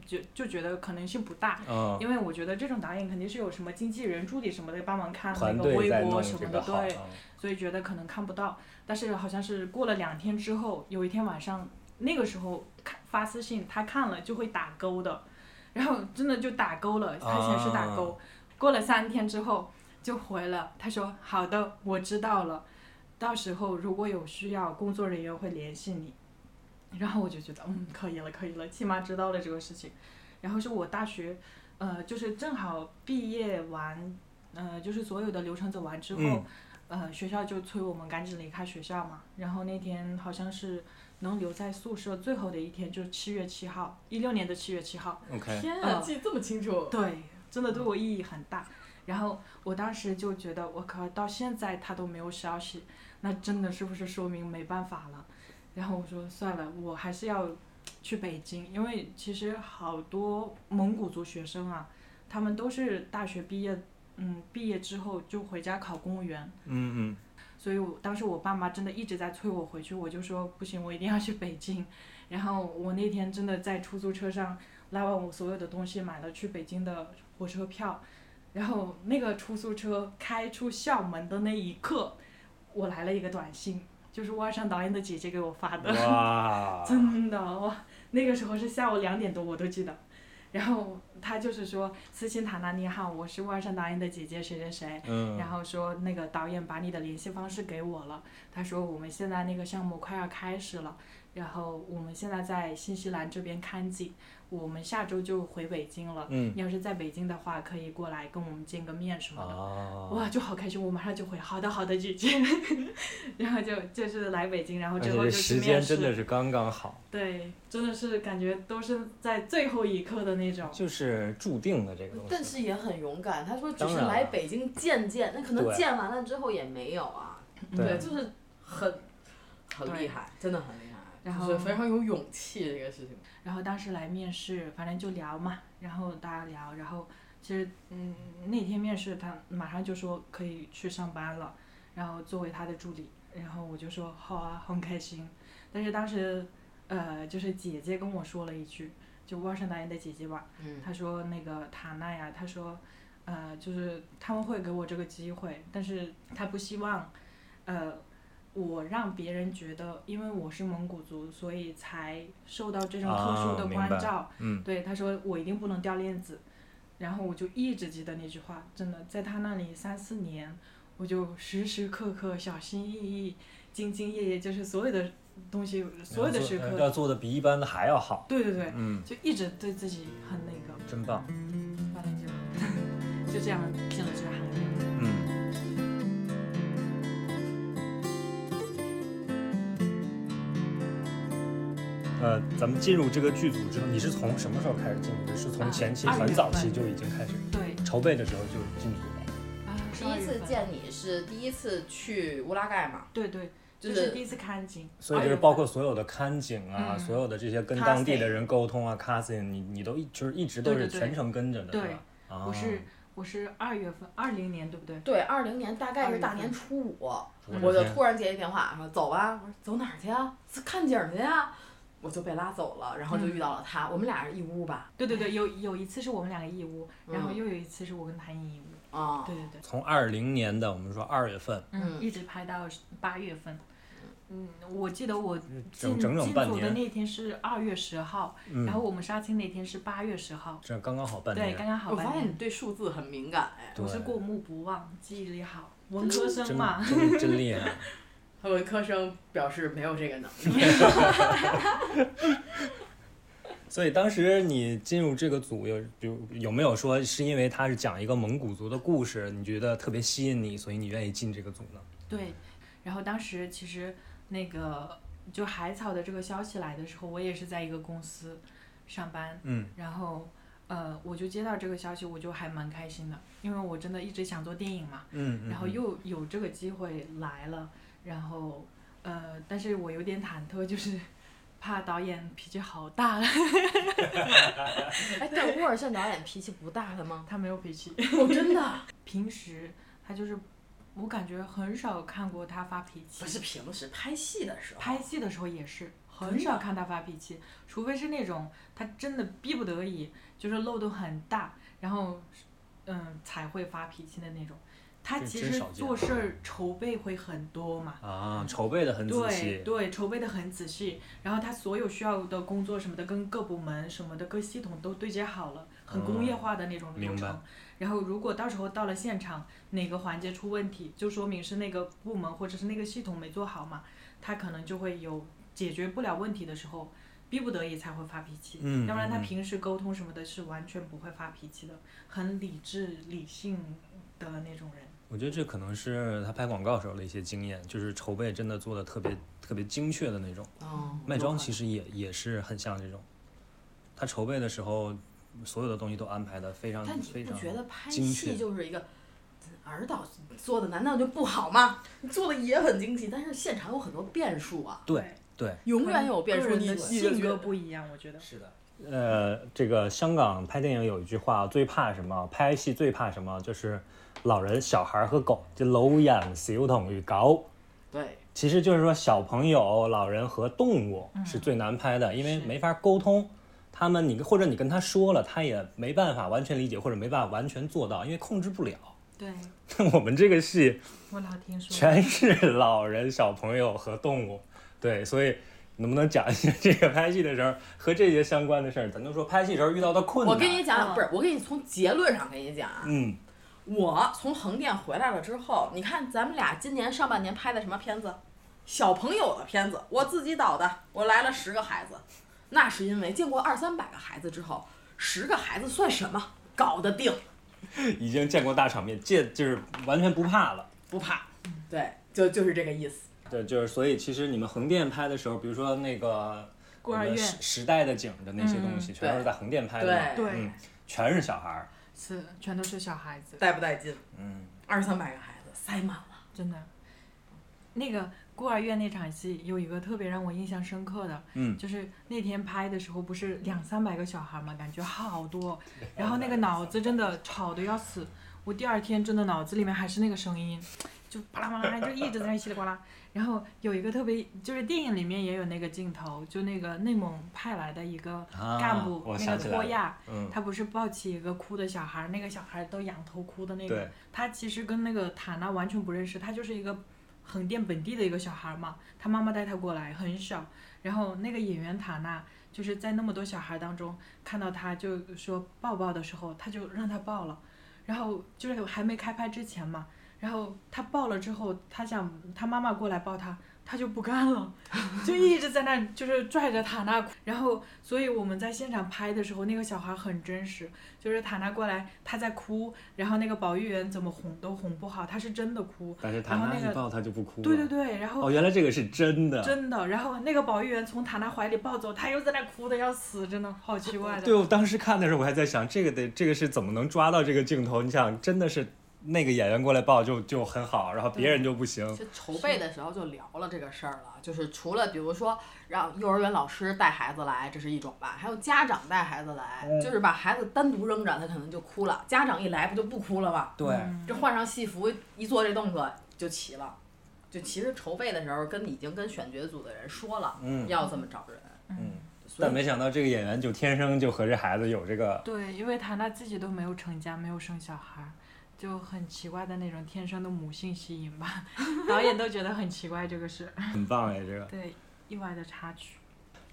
[SPEAKER 6] 就就觉得可能性不大，
[SPEAKER 4] 嗯，
[SPEAKER 6] 因为我觉得这种导演肯定是有什么经纪人、助理什么的帮忙看那
[SPEAKER 4] 团
[SPEAKER 6] 个
[SPEAKER 4] 队
[SPEAKER 6] 微
[SPEAKER 4] 在
[SPEAKER 6] 博
[SPEAKER 4] 弄
[SPEAKER 6] 什
[SPEAKER 4] 这个
[SPEAKER 6] 么的，
[SPEAKER 4] 号，
[SPEAKER 6] 对，
[SPEAKER 4] 嗯
[SPEAKER 6] 所以觉得可能看不到。但是好像是过了两天之后，有一天晚上，那个时候看发私信，他看了就会打勾的，然后真的就打勾了，他显示打勾。过了三天之后就回了，他说好的，我知道了，到时候如果有需要，工作人员会联系你。然后我就觉得，嗯，可以了，可以了，起码知道了这个事情。然后是我大学，呃，就是正好毕业完，呃，就是所有的流程走完之后，
[SPEAKER 4] 嗯
[SPEAKER 6] 呃，学校就催我们赶紧离开学校嘛。然后那天好像是能留在宿舍最后的一天，就是七月七号，一六年的七月七号。
[SPEAKER 4] OK，
[SPEAKER 5] 天啊，
[SPEAKER 6] 嗯
[SPEAKER 5] 记得这么清楚，
[SPEAKER 6] 对，真的对我意义很大。然后我当时就觉得，我靠，到现在他都没有消息，那真的是不是说明没办法了？然后我说算了，我还是要去北京，因为其实好多蒙古族学生啊，他们都是大学毕业，嗯，毕业之后就回家考公务员。
[SPEAKER 4] 嗯
[SPEAKER 6] 所以我当时我爸妈真的一直在催我回去，我就说不行，我一定要去北京。然后我那天真的在出租车上拉完我所有的东西，买了去北京的火车票。然后那个出租车开出校门的那一刻，我来了一个短信，就是万山导演的姐姐给我发的。
[SPEAKER 4] 嗯，哇， [LAUGHS]
[SPEAKER 6] 真的哇，那个时候是下午两点多，我都记得。然后他就是说：“斯琴塔娜，你好，我是万山导演的姐姐谁谁谁。”
[SPEAKER 4] 嗯
[SPEAKER 6] 然后说那个导演把你的联系方式给我了，他说我们现在那个项目快要开始了，然后我们现在在新西兰这边看景，我们下周就回北京了。
[SPEAKER 4] 嗯
[SPEAKER 6] 要是在北京的话，可以过来跟我们见个面什么的。
[SPEAKER 4] 哦，
[SPEAKER 6] 哇，就好开心！我马上就回，好的好的，姐 [LAUGHS] 姐。然后就就是来北京，然后
[SPEAKER 4] 而
[SPEAKER 6] 之
[SPEAKER 4] 且
[SPEAKER 6] 后
[SPEAKER 4] 这
[SPEAKER 6] 就
[SPEAKER 4] 时
[SPEAKER 6] 去
[SPEAKER 4] 间
[SPEAKER 6] 面
[SPEAKER 4] 真的
[SPEAKER 6] 试。
[SPEAKER 4] 是刚刚好，
[SPEAKER 6] 对，真的是感觉都是在最后一刻的那种。
[SPEAKER 4] 就是注定的这个东西。
[SPEAKER 5] 但是也很勇敢。他说只
[SPEAKER 4] 当
[SPEAKER 5] 是
[SPEAKER 4] 然
[SPEAKER 5] 来
[SPEAKER 4] 了
[SPEAKER 5] 北京见见，那可能
[SPEAKER 4] 对
[SPEAKER 5] 见完了之后也没有啊。
[SPEAKER 4] 对
[SPEAKER 5] 对，就是很很厉
[SPEAKER 6] 嗯对
[SPEAKER 5] 害，真的很厉害，
[SPEAKER 6] 然
[SPEAKER 5] 就
[SPEAKER 6] 后
[SPEAKER 5] 是非常有勇气这个事情。
[SPEAKER 6] 然后当时来面试，反正就聊嘛，然后大家聊，然后其实嗯那天面试他马上就说可以去上班了，然后作为他的助理，然后我就说好啊，很开心。但是当时呃就是姐姐跟我说了一句，就万圣达人的姐姐吧，
[SPEAKER 5] 嗯，
[SPEAKER 6] 她说那个塔娜呀，她说呃就是他们会给我这个机会，但是她不希望呃。我让别人觉得，因为我是蒙古族，所以才受到这种特殊
[SPEAKER 4] 啊
[SPEAKER 6] 的
[SPEAKER 4] 明
[SPEAKER 6] 关
[SPEAKER 4] 白
[SPEAKER 6] 照。
[SPEAKER 4] 嗯，
[SPEAKER 6] 对，他说我一定不能掉链子，然后我就一直记得那句话，真的在他那里三四年，我就时时刻刻小心翼翼、兢兢业业，就是所有的东西、所有的时
[SPEAKER 4] 要做要
[SPEAKER 6] 刻，
[SPEAKER 4] 做的比一般的还要好。
[SPEAKER 6] 对对对，
[SPEAKER 4] 嗯，
[SPEAKER 6] 就一直对自己很那个，
[SPEAKER 4] 真棒。
[SPEAKER 6] 反正就就 [LAUGHS] 这样进了这个行业。
[SPEAKER 4] 嗯，呃，咱们进入这个剧组之后，你是从什么时候开始进入的？是从
[SPEAKER 6] 啊
[SPEAKER 4] 前期
[SPEAKER 6] 二
[SPEAKER 4] 很
[SPEAKER 6] 月
[SPEAKER 4] 早期
[SPEAKER 6] 份
[SPEAKER 4] 就已经开始
[SPEAKER 6] 对，
[SPEAKER 4] 筹备的时候就进组了。
[SPEAKER 6] 啊，
[SPEAKER 5] 第一次
[SPEAKER 6] 12月份，
[SPEAKER 5] 见你是第一次去乌拉盖嘛？
[SPEAKER 6] 对对，
[SPEAKER 5] 就
[SPEAKER 6] 这
[SPEAKER 5] 是
[SPEAKER 6] 是第一次看景，
[SPEAKER 4] 所以就是包括所有的看景啊，
[SPEAKER 6] 嗯
[SPEAKER 4] 所有的这些跟当地的
[SPEAKER 6] casting
[SPEAKER 4] 人沟通啊，casting，你你都一就是一直都
[SPEAKER 6] 对
[SPEAKER 4] 是
[SPEAKER 6] 对对
[SPEAKER 4] 全程跟着的，
[SPEAKER 6] 对
[SPEAKER 4] 是吧？啊，
[SPEAKER 6] 我是我是二月份，二零年对不对？
[SPEAKER 5] 对，二零年大概
[SPEAKER 6] 二
[SPEAKER 5] 是
[SPEAKER 6] 月
[SPEAKER 5] 大
[SPEAKER 6] 份
[SPEAKER 5] 年初五，
[SPEAKER 4] 我
[SPEAKER 5] 我
[SPEAKER 4] 的
[SPEAKER 5] 就
[SPEAKER 4] 天
[SPEAKER 5] 突然接一电话，说走吧，我说走哪儿去啊？是看景儿去啊？我就被拉走了，然后就遇到了他，我们俩是一屋吧？
[SPEAKER 6] 对对对，有有一次是我们两个义乌，然后
[SPEAKER 5] 嗯
[SPEAKER 6] 又有一次是我跟谭颖义乌。
[SPEAKER 5] 啊、
[SPEAKER 6] 对对对，
[SPEAKER 4] 从二零年的我们说二月份，
[SPEAKER 5] 嗯
[SPEAKER 6] 嗯，一直拍到八月份。嗯，我记得我
[SPEAKER 4] 嗯整
[SPEAKER 6] 进
[SPEAKER 4] 整整
[SPEAKER 6] 进
[SPEAKER 4] 半
[SPEAKER 6] 组的
[SPEAKER 4] 年，
[SPEAKER 6] 那天是二月十号，
[SPEAKER 4] 嗯
[SPEAKER 6] 然，后我们杀青那天是八月十号，
[SPEAKER 4] 这刚刚好半
[SPEAKER 6] 对，
[SPEAKER 4] 年，
[SPEAKER 6] 刚刚好
[SPEAKER 5] 我发
[SPEAKER 6] 半
[SPEAKER 5] 现你
[SPEAKER 6] 年。
[SPEAKER 5] 对数字很敏感哎，
[SPEAKER 4] 对
[SPEAKER 6] 我是过目不忘，记忆力好，文科生
[SPEAKER 4] 真
[SPEAKER 6] 嘛。
[SPEAKER 4] 真真厉害。啊
[SPEAKER 5] 文科生表示没有这个能力。
[SPEAKER 4] 所以当时你进入这个组有，比如有没有说是因为它是讲一个蒙古族的故事，你觉得特别吸引你，所以你愿意进这个组呢？
[SPEAKER 6] [LAUGHS] 对，然后当时其实那个就海草的这个消息来的时候，我也是在一个公司上班，
[SPEAKER 4] 嗯，
[SPEAKER 6] 然后呃，我就接到这个消息，我就还蛮开心的，因为我真的一直想做电影嘛。
[SPEAKER 4] 嗯嗯
[SPEAKER 6] 然后又有这个机会来了，然后呃，但是我有点忐忑，就是怕导演脾气好大，
[SPEAKER 5] 哎，对，乌尔善导演脾气不大的吗？
[SPEAKER 6] 他没有脾气，
[SPEAKER 5] [LAUGHS] 我真的
[SPEAKER 6] 平时他就是我感觉很少看过他发脾气，
[SPEAKER 5] 不是平时拍戏的时候，
[SPEAKER 6] 拍戏的时候也是很少看他发脾气，除非是那种他真的逼不得已，就是漏洞很大，然后嗯才会发脾气的那种。他
[SPEAKER 4] 这
[SPEAKER 6] 其
[SPEAKER 4] 真
[SPEAKER 6] 实
[SPEAKER 4] 少见嗯
[SPEAKER 6] 做事儿筹备会很多嘛，
[SPEAKER 4] 啊，筹备的很仔
[SPEAKER 6] 对
[SPEAKER 4] 细，
[SPEAKER 6] 对，筹备的很仔细，然后他所有需要的工作什么的，跟各部门什么的各系统都对接好了，很工业化的那种流
[SPEAKER 4] 嗯明
[SPEAKER 6] 程。
[SPEAKER 4] 白
[SPEAKER 6] 然后如果到时候到了现场，哪个环节出问题，就说明是那个部门或者是那个系统没做好嘛，他可能就会有解决不了问题的时候，逼不得已才会发脾气。
[SPEAKER 4] 嗯
[SPEAKER 6] 要不然他
[SPEAKER 4] 嗯嗯
[SPEAKER 6] 平时沟通什么的是完全不会发脾气的，很理智理性的那种人。
[SPEAKER 4] 我觉得这可能是他拍广告时候的一些经验，就是筹备真的做的特别特别精确的那种。
[SPEAKER 5] 哦，
[SPEAKER 4] 卖妆其实也也是很像这种，他筹备的时候，所有的东西都安排的非常
[SPEAKER 5] 但你
[SPEAKER 4] 非
[SPEAKER 5] 不
[SPEAKER 4] 常。
[SPEAKER 5] 觉得拍
[SPEAKER 4] 精确
[SPEAKER 5] 戏就是一个儿导做的难道就不好吗？你做的也很精细，但是现场有很多变数啊，
[SPEAKER 4] 对对，
[SPEAKER 5] 永远有变
[SPEAKER 6] 个
[SPEAKER 5] 数。
[SPEAKER 6] 人
[SPEAKER 5] 你
[SPEAKER 6] 的
[SPEAKER 5] 你
[SPEAKER 6] 性
[SPEAKER 5] 就觉
[SPEAKER 6] 格
[SPEAKER 5] 得
[SPEAKER 6] 不一样，我觉得。
[SPEAKER 4] 是的，呃，这个香港拍电影有一句话，最怕什么？拍戏最怕什么？就是老人、小孩和狗，就老人、小童与狗。
[SPEAKER 5] 对，
[SPEAKER 4] 其实就是说，小朋友、老人和动物是最难拍的，因为没法沟通。他们你或者你跟他说了，他也没办法完全理解，或者没办法完全做到，因为控制不了。 [LAUGHS]
[SPEAKER 6] 对
[SPEAKER 4] 我们这个戏
[SPEAKER 6] 我老听说，
[SPEAKER 4] 全是老人、小朋友和动物，对，所以能不能讲一下这个拍戏的时候和这些相关的事儿？咱就说拍戏时候遇到的困难。
[SPEAKER 5] 我跟你讲，
[SPEAKER 6] 嗯
[SPEAKER 5] 不是，我跟你从结论上跟你讲啊，
[SPEAKER 4] 嗯，
[SPEAKER 5] 我从横店回来了之后，你看咱们俩今年上半年拍的什么片子？小朋友的片子，我自己导的，我来了十个孩子，那是因为见过二三百个孩子之后，十个孩子算什么？搞得定，
[SPEAKER 4] 已经见过大场面，这就是完全不怕了。
[SPEAKER 5] 不怕。
[SPEAKER 6] 嗯
[SPEAKER 5] 对，就就是这个意思。
[SPEAKER 4] 对，就是所以其实你们横店拍的时候，比如说那个
[SPEAKER 6] 孤儿
[SPEAKER 4] 我
[SPEAKER 6] 院嗯
[SPEAKER 4] 们时时代的景的那些东西，全都是在横店拍的嘛，
[SPEAKER 5] 对
[SPEAKER 6] 对
[SPEAKER 4] 嗯，全是小孩儿。
[SPEAKER 6] 是全都是小孩子，
[SPEAKER 5] 带不带劲？
[SPEAKER 4] 嗯，
[SPEAKER 5] 二三百个孩子塞满了。
[SPEAKER 6] 真的。那个孤儿院那场戏有一个特别让我印象深刻的，
[SPEAKER 4] 嗯
[SPEAKER 6] 就是那天拍的时候不是两三百个小孩嘛，感觉好多，然后那个脑子真的吵得要死，我第二天真的脑子里面还是那个声音，就巴拉巴拉就一直在那稀里呱啦。然后有一个特别，就是电影里面也有那个镜头，就那个内蒙派来的一个
[SPEAKER 4] 啊
[SPEAKER 6] 干部，
[SPEAKER 4] 我
[SPEAKER 6] 那个
[SPEAKER 4] 想起来
[SPEAKER 6] 托
[SPEAKER 4] 了
[SPEAKER 6] 亚，
[SPEAKER 4] 嗯，
[SPEAKER 6] 他不是抱起一个哭的小孩儿，那个小孩儿都仰头哭的那
[SPEAKER 4] 对
[SPEAKER 6] 个，他其实跟那个塔娜完全不认识，他就是一个横店本地的一个小孩儿嘛，他妈妈带他过来，很小。然后那个演员塔娜就是在那么多小孩儿当中看到他就说抱抱的时候，他就让他抱了，然后就是还没开拍之前嘛，然后他抱了之后，他想他妈妈过来抱他，他就不干了，就一直在那儿就是拽着塔娜哭。然后，所以我们在现场拍的时候，那个小孩很真实，就是塔娜过来，他在哭，然后那个保育员怎么哄都哄不好，他是真的哭。
[SPEAKER 4] 但是他
[SPEAKER 6] 然后
[SPEAKER 4] 那
[SPEAKER 6] 那个
[SPEAKER 4] 一抱他就不哭了。
[SPEAKER 6] 对对对，然后
[SPEAKER 4] 哦，原来这个是真的。
[SPEAKER 6] 真的，然后那个保育员从塔娜怀里抱走，他又在那哭的要死，真的好奇怪的。
[SPEAKER 4] 对，我当时看的时候，我还在想，这个得这个是怎么能抓到这个镜头？你想，真的是那个演员过来报就就很好，然后别人就不嗯行。
[SPEAKER 5] 就筹备的时候就聊了这个事儿了，就是除了比如说让幼儿园老师带孩子来，这是一种吧，还有家长带孩子来，
[SPEAKER 4] 嗯
[SPEAKER 5] 就是把孩子单独扔着，他可能就哭了。家长一来不就不哭了吗？
[SPEAKER 4] 对，
[SPEAKER 5] 这换上戏服一做这动作就齐了。就其实筹备的时候跟已经跟选角组的人说了，
[SPEAKER 4] 嗯
[SPEAKER 5] 要这么找人，
[SPEAKER 4] 嗯，
[SPEAKER 5] 所以
[SPEAKER 4] 但没想到这个演员就天生就和这孩子有这个，
[SPEAKER 6] 对，因为塔娜自己都没有成家，没有生小孩儿，就很奇怪的那种天生的母性吸引吧， [LAUGHS] 导演都觉得很奇怪这个事。
[SPEAKER 4] 很棒哎，这个。
[SPEAKER 6] 对，意外的插曲。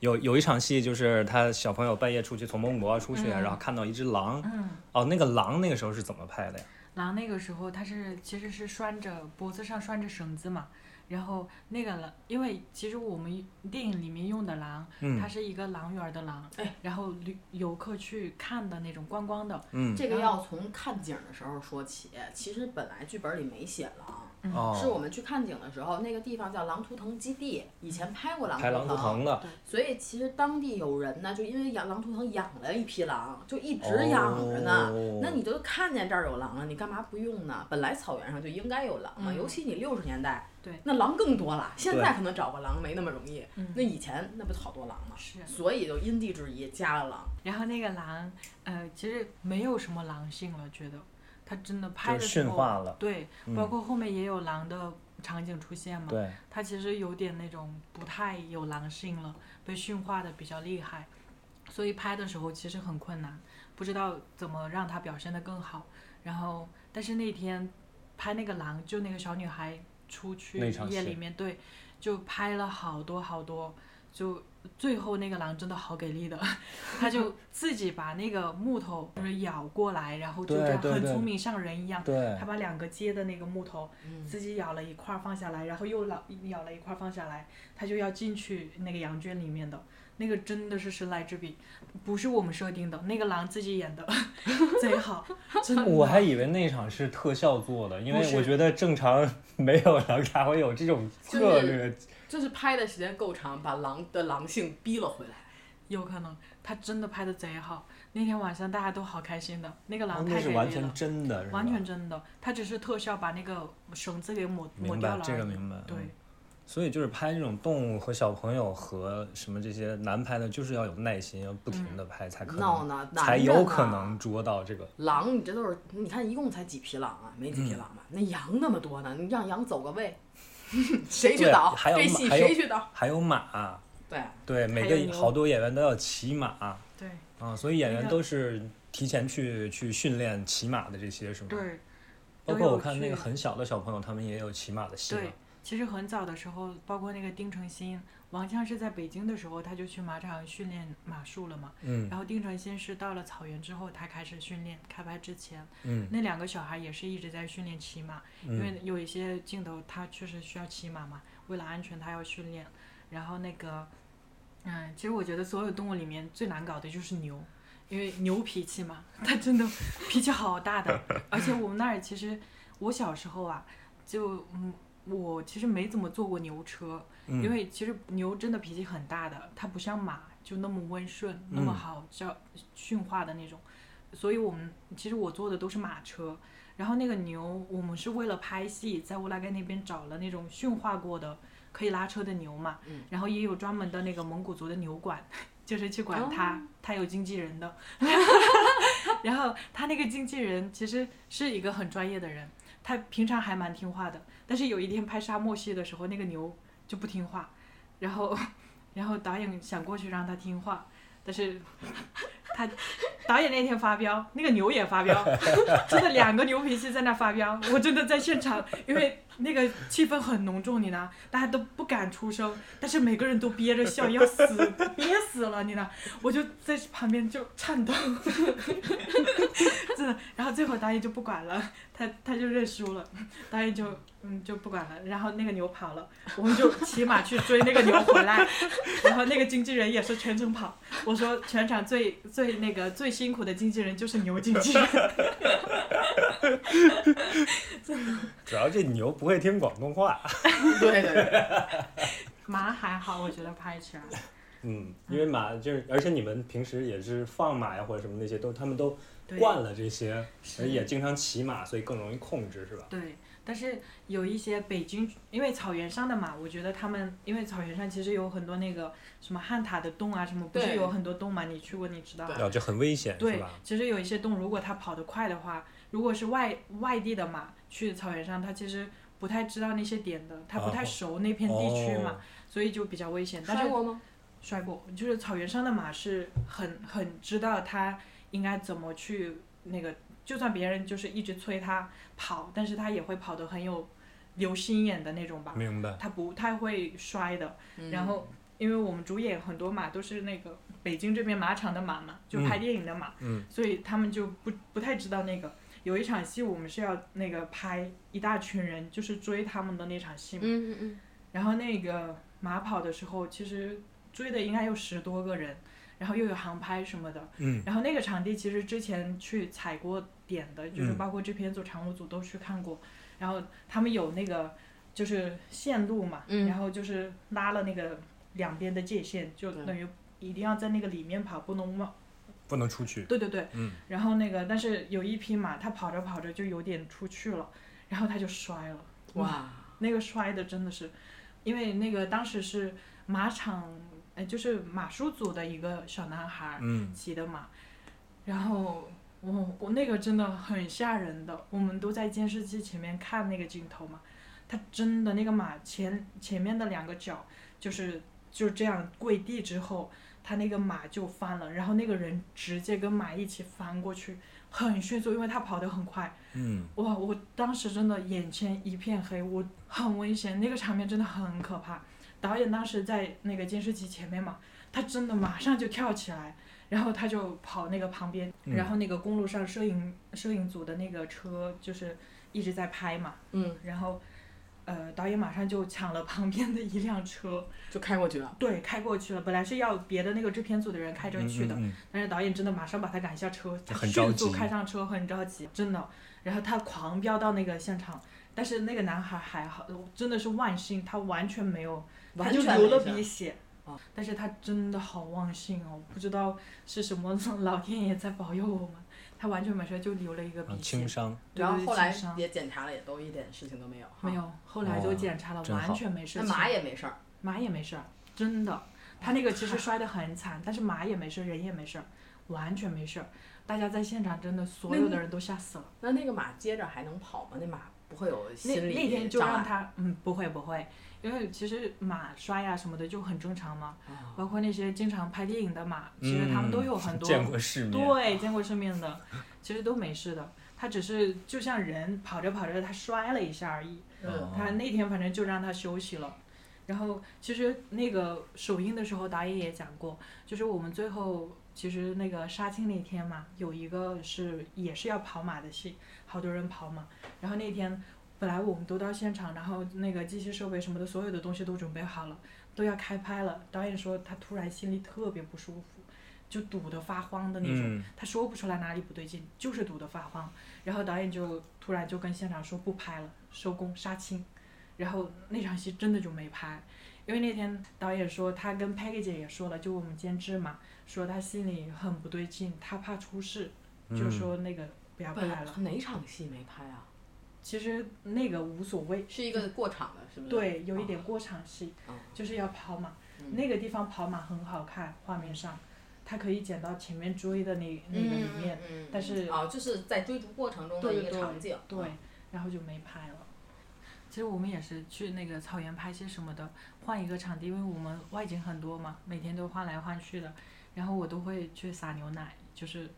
[SPEAKER 4] 有有一场戏就是他小朋友半夜出去从蒙古包出去，
[SPEAKER 5] 嗯
[SPEAKER 4] 然后看到一只狼。
[SPEAKER 6] 嗯，
[SPEAKER 4] 哦，那个狼那个时候是怎么拍的呀？
[SPEAKER 6] 狼那个时候它是其实是拴着脖子上拴着绳子嘛，然后那个狼，因为其实我们电影里面用的狼，它
[SPEAKER 4] 嗯
[SPEAKER 6] 是一个狼园儿的狼，
[SPEAKER 5] 哎
[SPEAKER 6] 然后旅游客去看的那种观光的，
[SPEAKER 4] 嗯
[SPEAKER 5] 这个要从看景的时候说起。其实本来剧本里没写啊狼，是
[SPEAKER 4] 哦，
[SPEAKER 5] 我们去看景的时候，那个地方叫狼图腾基地，以前拍过狼
[SPEAKER 4] 拍狼图腾的。
[SPEAKER 5] 所以其实当地有人呢，就因为养狼图腾养了一批狼，就一直养着呢。
[SPEAKER 4] 哦
[SPEAKER 5] 那你都看见这儿有狼了，你干嘛不用呢？本来草原上就应该有狼嘛，
[SPEAKER 6] 嗯
[SPEAKER 5] 尤其你六十年代，
[SPEAKER 6] 对
[SPEAKER 5] 那狼更多了。现在
[SPEAKER 4] 对
[SPEAKER 5] 可能找个狼没那么容易，
[SPEAKER 6] 嗯
[SPEAKER 5] 那以前那不好多狼嘛。
[SPEAKER 6] 是。
[SPEAKER 5] 所以就因地制宜加了狼，
[SPEAKER 6] 然后那个狼，呃，其实没有什么狼性了，觉得它真的拍的
[SPEAKER 4] 就
[SPEAKER 6] 时
[SPEAKER 4] 驯
[SPEAKER 6] 候，
[SPEAKER 4] 化了嗯
[SPEAKER 6] 对，包括后面也有狼的场景出现嘛，
[SPEAKER 4] 对，
[SPEAKER 6] 它其实有点那种不太有狼性了，被驯化的比较厉害，所以拍的时候其实很困难，不知道怎么让它表现得更好。然后，但是那天拍那个狼，就那个小女孩出去
[SPEAKER 4] 那场戏
[SPEAKER 6] 夜里面，对，就拍了好多好多，就最后那个狼真的好给力的，它就自己把那个木头就是咬过来，然后就
[SPEAKER 4] 对
[SPEAKER 6] 这样
[SPEAKER 4] 对
[SPEAKER 6] 很
[SPEAKER 4] 对
[SPEAKER 6] 聪明像人一样，
[SPEAKER 4] 对
[SPEAKER 6] 他把两个接的那个木头，自己咬了一块儿放下来，然后又咬咬了一块儿放下来，他就要进去那个羊圈里面的。那个真的是神来之笔，不是我们设定的，那个狼自己演的， [LAUGHS] 贼好，真的。
[SPEAKER 4] 我还以为那场是特效做的，因
[SPEAKER 6] 不
[SPEAKER 4] 为
[SPEAKER 6] 是
[SPEAKER 4] 我觉得正常没有狼哪会有这种策略。
[SPEAKER 5] 就是拍的时间够长，把狼的狼性逼了回来。
[SPEAKER 6] 有可能他真的拍的贼好。那天晚上大家都好开心的，那个
[SPEAKER 4] 哦
[SPEAKER 6] 狼
[SPEAKER 4] 那
[SPEAKER 6] 太
[SPEAKER 4] 是
[SPEAKER 6] 给力
[SPEAKER 4] 完
[SPEAKER 6] 了
[SPEAKER 4] 全，真的，是吧
[SPEAKER 6] 完全真的，他只是特效把那个绳子给抹抹
[SPEAKER 4] 明
[SPEAKER 6] 掉
[SPEAKER 4] 白
[SPEAKER 6] 了而已。
[SPEAKER 4] 这个明白。
[SPEAKER 6] 对
[SPEAKER 4] 嗯，所以就是拍这种动物和小朋友和什么这些难拍的，就是要有耐心，要不
[SPEAKER 6] 嗯
[SPEAKER 4] 停的拍才可
[SPEAKER 5] 闹
[SPEAKER 4] 能，
[SPEAKER 5] 呢，
[SPEAKER 4] 才
[SPEAKER 5] 难着
[SPEAKER 4] 有
[SPEAKER 5] 呢
[SPEAKER 4] 可能捉到这个。
[SPEAKER 5] 狼，你这都是你看一共才几匹狼啊？没几
[SPEAKER 4] 嗯
[SPEAKER 5] 匹狼吧？那羊那么多呢，你让羊走个位， [LAUGHS] 谁去
[SPEAKER 4] 对
[SPEAKER 5] 倒？
[SPEAKER 4] 还有
[SPEAKER 5] 这
[SPEAKER 4] 马
[SPEAKER 5] 戏
[SPEAKER 4] 还有
[SPEAKER 5] 谁去倒？
[SPEAKER 4] 还有马， [LAUGHS]
[SPEAKER 5] 对，
[SPEAKER 4] 对，每
[SPEAKER 6] 还有
[SPEAKER 4] 个
[SPEAKER 6] 牛
[SPEAKER 4] 好多演员都要骑马啊、
[SPEAKER 6] 对
[SPEAKER 4] 所以演
[SPEAKER 6] 那
[SPEAKER 4] 员
[SPEAKER 6] 个
[SPEAKER 4] 都是提前去去训练骑马的这些，是吗？。
[SPEAKER 6] 对
[SPEAKER 4] 包
[SPEAKER 6] 都
[SPEAKER 4] 括
[SPEAKER 6] 有
[SPEAKER 4] 我看那个
[SPEAKER 6] 去
[SPEAKER 4] 很小的小朋友，他们也有骑马的戏嘛
[SPEAKER 6] 对。，其实很早的时候，包括那个丁程鑫，王强是在北京的时候他就去马场训练马术了嘛，
[SPEAKER 4] 嗯
[SPEAKER 6] 然后丁程鑫是到了草原之后他开始训练，开拍之前。
[SPEAKER 4] 嗯
[SPEAKER 6] 那两个小孩也是一直在训练骑马，
[SPEAKER 4] 嗯
[SPEAKER 6] 因为有一些镜头他确实需要骑马嘛，为了安全他要训练。然后那个，嗯，其实我觉得所有动物里面最难搞的就是牛，因为牛脾气嘛，它真的脾气好大
[SPEAKER 4] [LAUGHS]
[SPEAKER 6] 的。而且我们那儿其实我小时候啊，就嗯。我其实没怎么坐过牛车，
[SPEAKER 4] 嗯，
[SPEAKER 6] 因为其实牛真的脾气很大的，它不像马就那么温顺、那么
[SPEAKER 4] 嗯
[SPEAKER 6] 好叫驯化的那种，所以我们其实我坐的都是马车，然后那个牛我们是为了拍戏，在乌拉圭那边找了那种驯化过的可以拉车的牛嘛，
[SPEAKER 5] 嗯
[SPEAKER 6] 然后也有专门的那个蒙古族的牛馆， [LAUGHS] 就是去管它，它有经纪人的， [LAUGHS] 然后他那个经纪人其实是一个很专业的人，他平常还蛮听话的，但是有一天拍沙漠戏的时候，那个牛就不听话，然后， [LAUGHS] 然后导演想过去让他听话，但是他导演那天发飙，那个牛也发飙，真的两个牛脾气在那发飙，我真的在现场，因为那个气氛很浓重，你呢，大家都不敢出声，但是每个人都憋着笑，要死，憋死了，你呢，我就在旁边就颤抖， [LAUGHS] 真的，然后最后导演就不管了，他他就认输了，导演就嗯就不管了，然后那个牛跑了，我们就骑马去追那个牛回来，然后那个经纪人也是全程跑，我说全场最最那个最辛苦的经纪人就是牛经纪
[SPEAKER 5] [LAUGHS]
[SPEAKER 6] 人，
[SPEAKER 4] 主要这牛不会听广东话。
[SPEAKER 5] 对
[SPEAKER 4] [LAUGHS]
[SPEAKER 5] 对对，
[SPEAKER 6] 马还好，我觉得拍起来，
[SPEAKER 4] 嗯，因为马就是，而且你们平时也是放马呀或者什么那些，都他们都
[SPEAKER 6] 对
[SPEAKER 4] 惯了这些，
[SPEAKER 6] 是
[SPEAKER 4] 而也经常骑马，所以更容易控制，是吧？
[SPEAKER 6] 对，但是有一些北京，因为草原上的马，我觉得他们因为草原上其实有很多那个什么汉塔的洞啊什么，不是
[SPEAKER 5] 对
[SPEAKER 6] 有很多洞嘛，你去过你知道。
[SPEAKER 5] 对
[SPEAKER 4] 哦然后就很危险，是
[SPEAKER 6] 对
[SPEAKER 4] 吧？，
[SPEAKER 6] 其实有一些洞，如果它跑得快的话，如果是外外地的马去草原上，它其实不太知道那些点的，它不太
[SPEAKER 4] 哦
[SPEAKER 6] 熟那片地区嘛，
[SPEAKER 4] 哦
[SPEAKER 6] 所以就比较危险。但
[SPEAKER 5] 摔
[SPEAKER 6] 是
[SPEAKER 5] 过吗？
[SPEAKER 6] 摔过，就是草原上的马是很很知道它应该怎么去那个，就算别人就是一直催它跑，但是它也会跑得很有留心眼的那种吧，
[SPEAKER 4] 哦明白。
[SPEAKER 6] 它不太会摔的。然后因为我们主演很多马都是那个北京这边马场的马嘛，就拍电影的马，
[SPEAKER 4] 嗯
[SPEAKER 6] 所以他们就不不太知道那个。有一场戏我们是要那个拍一大群人，就是追他们的那场戏嘛。
[SPEAKER 5] 嗯嗯嗯，
[SPEAKER 6] 然后那个马跑的时候，其实追的应该有十多个人，然后又有航拍什么的。
[SPEAKER 4] 嗯
[SPEAKER 6] 然后那个场地其实之前去踩过点的，就是
[SPEAKER 4] 嗯
[SPEAKER 6] 包括制片组、常务组都去看过。然后他们有那个就是线路嘛，
[SPEAKER 5] 嗯
[SPEAKER 6] 然后就是拉了那个两边的界限，就
[SPEAKER 5] 对
[SPEAKER 6] 等于一定要在那个里面跑，不能往。
[SPEAKER 4] 不能出去。
[SPEAKER 6] 对对对，
[SPEAKER 4] 嗯
[SPEAKER 6] 然后那个但是有一匹马，它跑着跑着就有点出去了，然后它就摔了。
[SPEAKER 5] 哇，
[SPEAKER 6] 那个摔的真的是，因为那个当时是马场，呃，就是马术组的一个小男孩儿
[SPEAKER 4] 嗯，
[SPEAKER 6] 骑的马，然后我我那个真的很吓人的，我们都在监视器前面看那个镜头嘛，他真的那个马前前面的两个脚就是就这样跪地之后，他那个马就翻了，然后那个人直接跟马一起翻过去，很迅速，因为他跑得很快。
[SPEAKER 4] 嗯，
[SPEAKER 6] 哇！我当时真的眼前一片黑，我很危险，那个场面真的很可怕。导演当时在那个监视器前面嘛，他真的马上就跳起来，然后他就跑那个旁边，
[SPEAKER 4] 嗯
[SPEAKER 6] 然后那个公路上摄影摄影组的那个车就是一直在拍嘛，
[SPEAKER 5] 嗯，
[SPEAKER 6] 然后，呃，导演马上就抢了旁边的一辆车，
[SPEAKER 5] 就开过去了，
[SPEAKER 6] 对，开过去了。本来是要别的那个制片组的人开车去的，
[SPEAKER 4] 嗯。嗯嗯
[SPEAKER 6] 但是导演真的马上把他赶下车，他
[SPEAKER 4] 很着
[SPEAKER 6] 迅
[SPEAKER 4] 急
[SPEAKER 6] 速开上车，很着急，真的。然后他狂飙到那个现场，但是那个男孩还好，真的是万幸，他完全没有，他
[SPEAKER 5] 完
[SPEAKER 6] 就
[SPEAKER 5] 全
[SPEAKER 6] 流了
[SPEAKER 5] 没事
[SPEAKER 6] 鼻血，
[SPEAKER 5] 啊
[SPEAKER 6] 但是它真的好忘性哦，不知道是什么 [LAUGHS] 老天爷在保佑我们，它完全本身就留了一个
[SPEAKER 4] 啊
[SPEAKER 6] 鼻
[SPEAKER 4] 轻
[SPEAKER 6] 血，
[SPEAKER 4] 伤，
[SPEAKER 6] 对
[SPEAKER 5] 然后
[SPEAKER 6] 对
[SPEAKER 5] 后来
[SPEAKER 6] 轻伤
[SPEAKER 5] 也检查了，也都一点事情都没有。哈
[SPEAKER 6] 没，有，后来就检查了，
[SPEAKER 4] 真好
[SPEAKER 6] 完全没事
[SPEAKER 5] 哦那
[SPEAKER 6] 情，
[SPEAKER 5] 麻也没事儿。
[SPEAKER 6] 麻也没事儿，真的，他那个其实摔得很惨，但是麻也没事儿，人也没事儿，完全没事儿，大家在现场真的所有的人都吓死了。
[SPEAKER 5] 那那个马接着还能跑吗？那马不会有
[SPEAKER 6] 那
[SPEAKER 5] 心理
[SPEAKER 6] 那天就
[SPEAKER 5] 障
[SPEAKER 6] 让
[SPEAKER 5] 碍
[SPEAKER 6] 他，嗯，不会不会，因为其实马摔呀、什么的就很正常嘛，
[SPEAKER 5] 啊
[SPEAKER 6] 包括那些经常拍电影的马，其实他们都有很多、
[SPEAKER 4] 嗯见过世面，
[SPEAKER 6] 对见过世面的，其实都没事的。他只是就像人跑着跑着他摔了一下而已，
[SPEAKER 5] 嗯
[SPEAKER 6] 他那天反正就让他休息了。然后其实那个首映的时候，导演也讲过，就是我们最后其实那个杀青那天嘛，有一个是也是要跑马的戏，好多人跑马。然后那天本来我们都到现场，然后那个机器设备什么的，所有的东西都准备好了，都要开拍了。导演说他突然心里特别不舒服，就堵得发慌的那种。
[SPEAKER 4] 嗯，
[SPEAKER 6] 他说不出来哪里不对劲，就是堵得发慌。然后导演就突然就跟现场说不拍了，收工杀青。然后那场戏真的就没拍，因为那天导演说他跟 Peggy 姐也说了，就我们监制嘛，说他心里很不对劲，他怕出事，就
[SPEAKER 4] 嗯
[SPEAKER 6] 说那个不要
[SPEAKER 5] 本
[SPEAKER 6] 拍
[SPEAKER 5] 来
[SPEAKER 6] 了。
[SPEAKER 5] 哪场戏没拍啊？
[SPEAKER 6] 其实那个无所谓，
[SPEAKER 5] 是一个过场的，是不是？
[SPEAKER 6] 对，有一点过场戏，
[SPEAKER 5] 嗯哦
[SPEAKER 6] 就是要跑马，
[SPEAKER 5] 嗯
[SPEAKER 6] 那个地方跑马很好看，画面上，他可以剪到前面追的那那个里面，
[SPEAKER 5] 嗯
[SPEAKER 6] 但是
[SPEAKER 5] 哦，就是在追逐过程中的
[SPEAKER 6] 对
[SPEAKER 5] 一个
[SPEAKER 6] 对对
[SPEAKER 5] 场景。
[SPEAKER 6] 对，然后就没拍了。其实我们也是去那个草原拍戏什么的，换一个场地，因为我们外景很多嘛，每天都换来换去的。然后我都会去撒牛奶，就是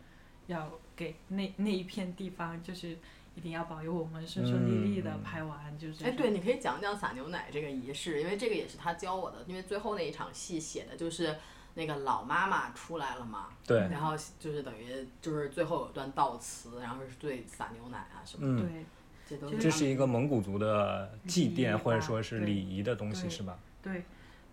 [SPEAKER 6] 要给那那一片地方，就是一定要保佑我们顺顺利利的
[SPEAKER 4] 嗯
[SPEAKER 6] 拍完，就是。
[SPEAKER 5] 哎，对，，你可以讲讲撒牛奶这个仪式，因为这个也是他教我的。因为最后那一场戏写的就是那个老妈妈出来了嘛，
[SPEAKER 4] 对，
[SPEAKER 5] 然后就是等于就是最后有段悼词，然后是对撒牛奶啊什么，
[SPEAKER 4] 嗯，
[SPEAKER 6] 对
[SPEAKER 5] 这都
[SPEAKER 6] 其实
[SPEAKER 4] 这是一个蒙古族的祭
[SPEAKER 6] 礼仪
[SPEAKER 4] 奠
[SPEAKER 6] 吧
[SPEAKER 4] 或者说是
[SPEAKER 6] 对
[SPEAKER 4] 礼仪的东西
[SPEAKER 6] 对
[SPEAKER 4] 是吧？
[SPEAKER 6] 对，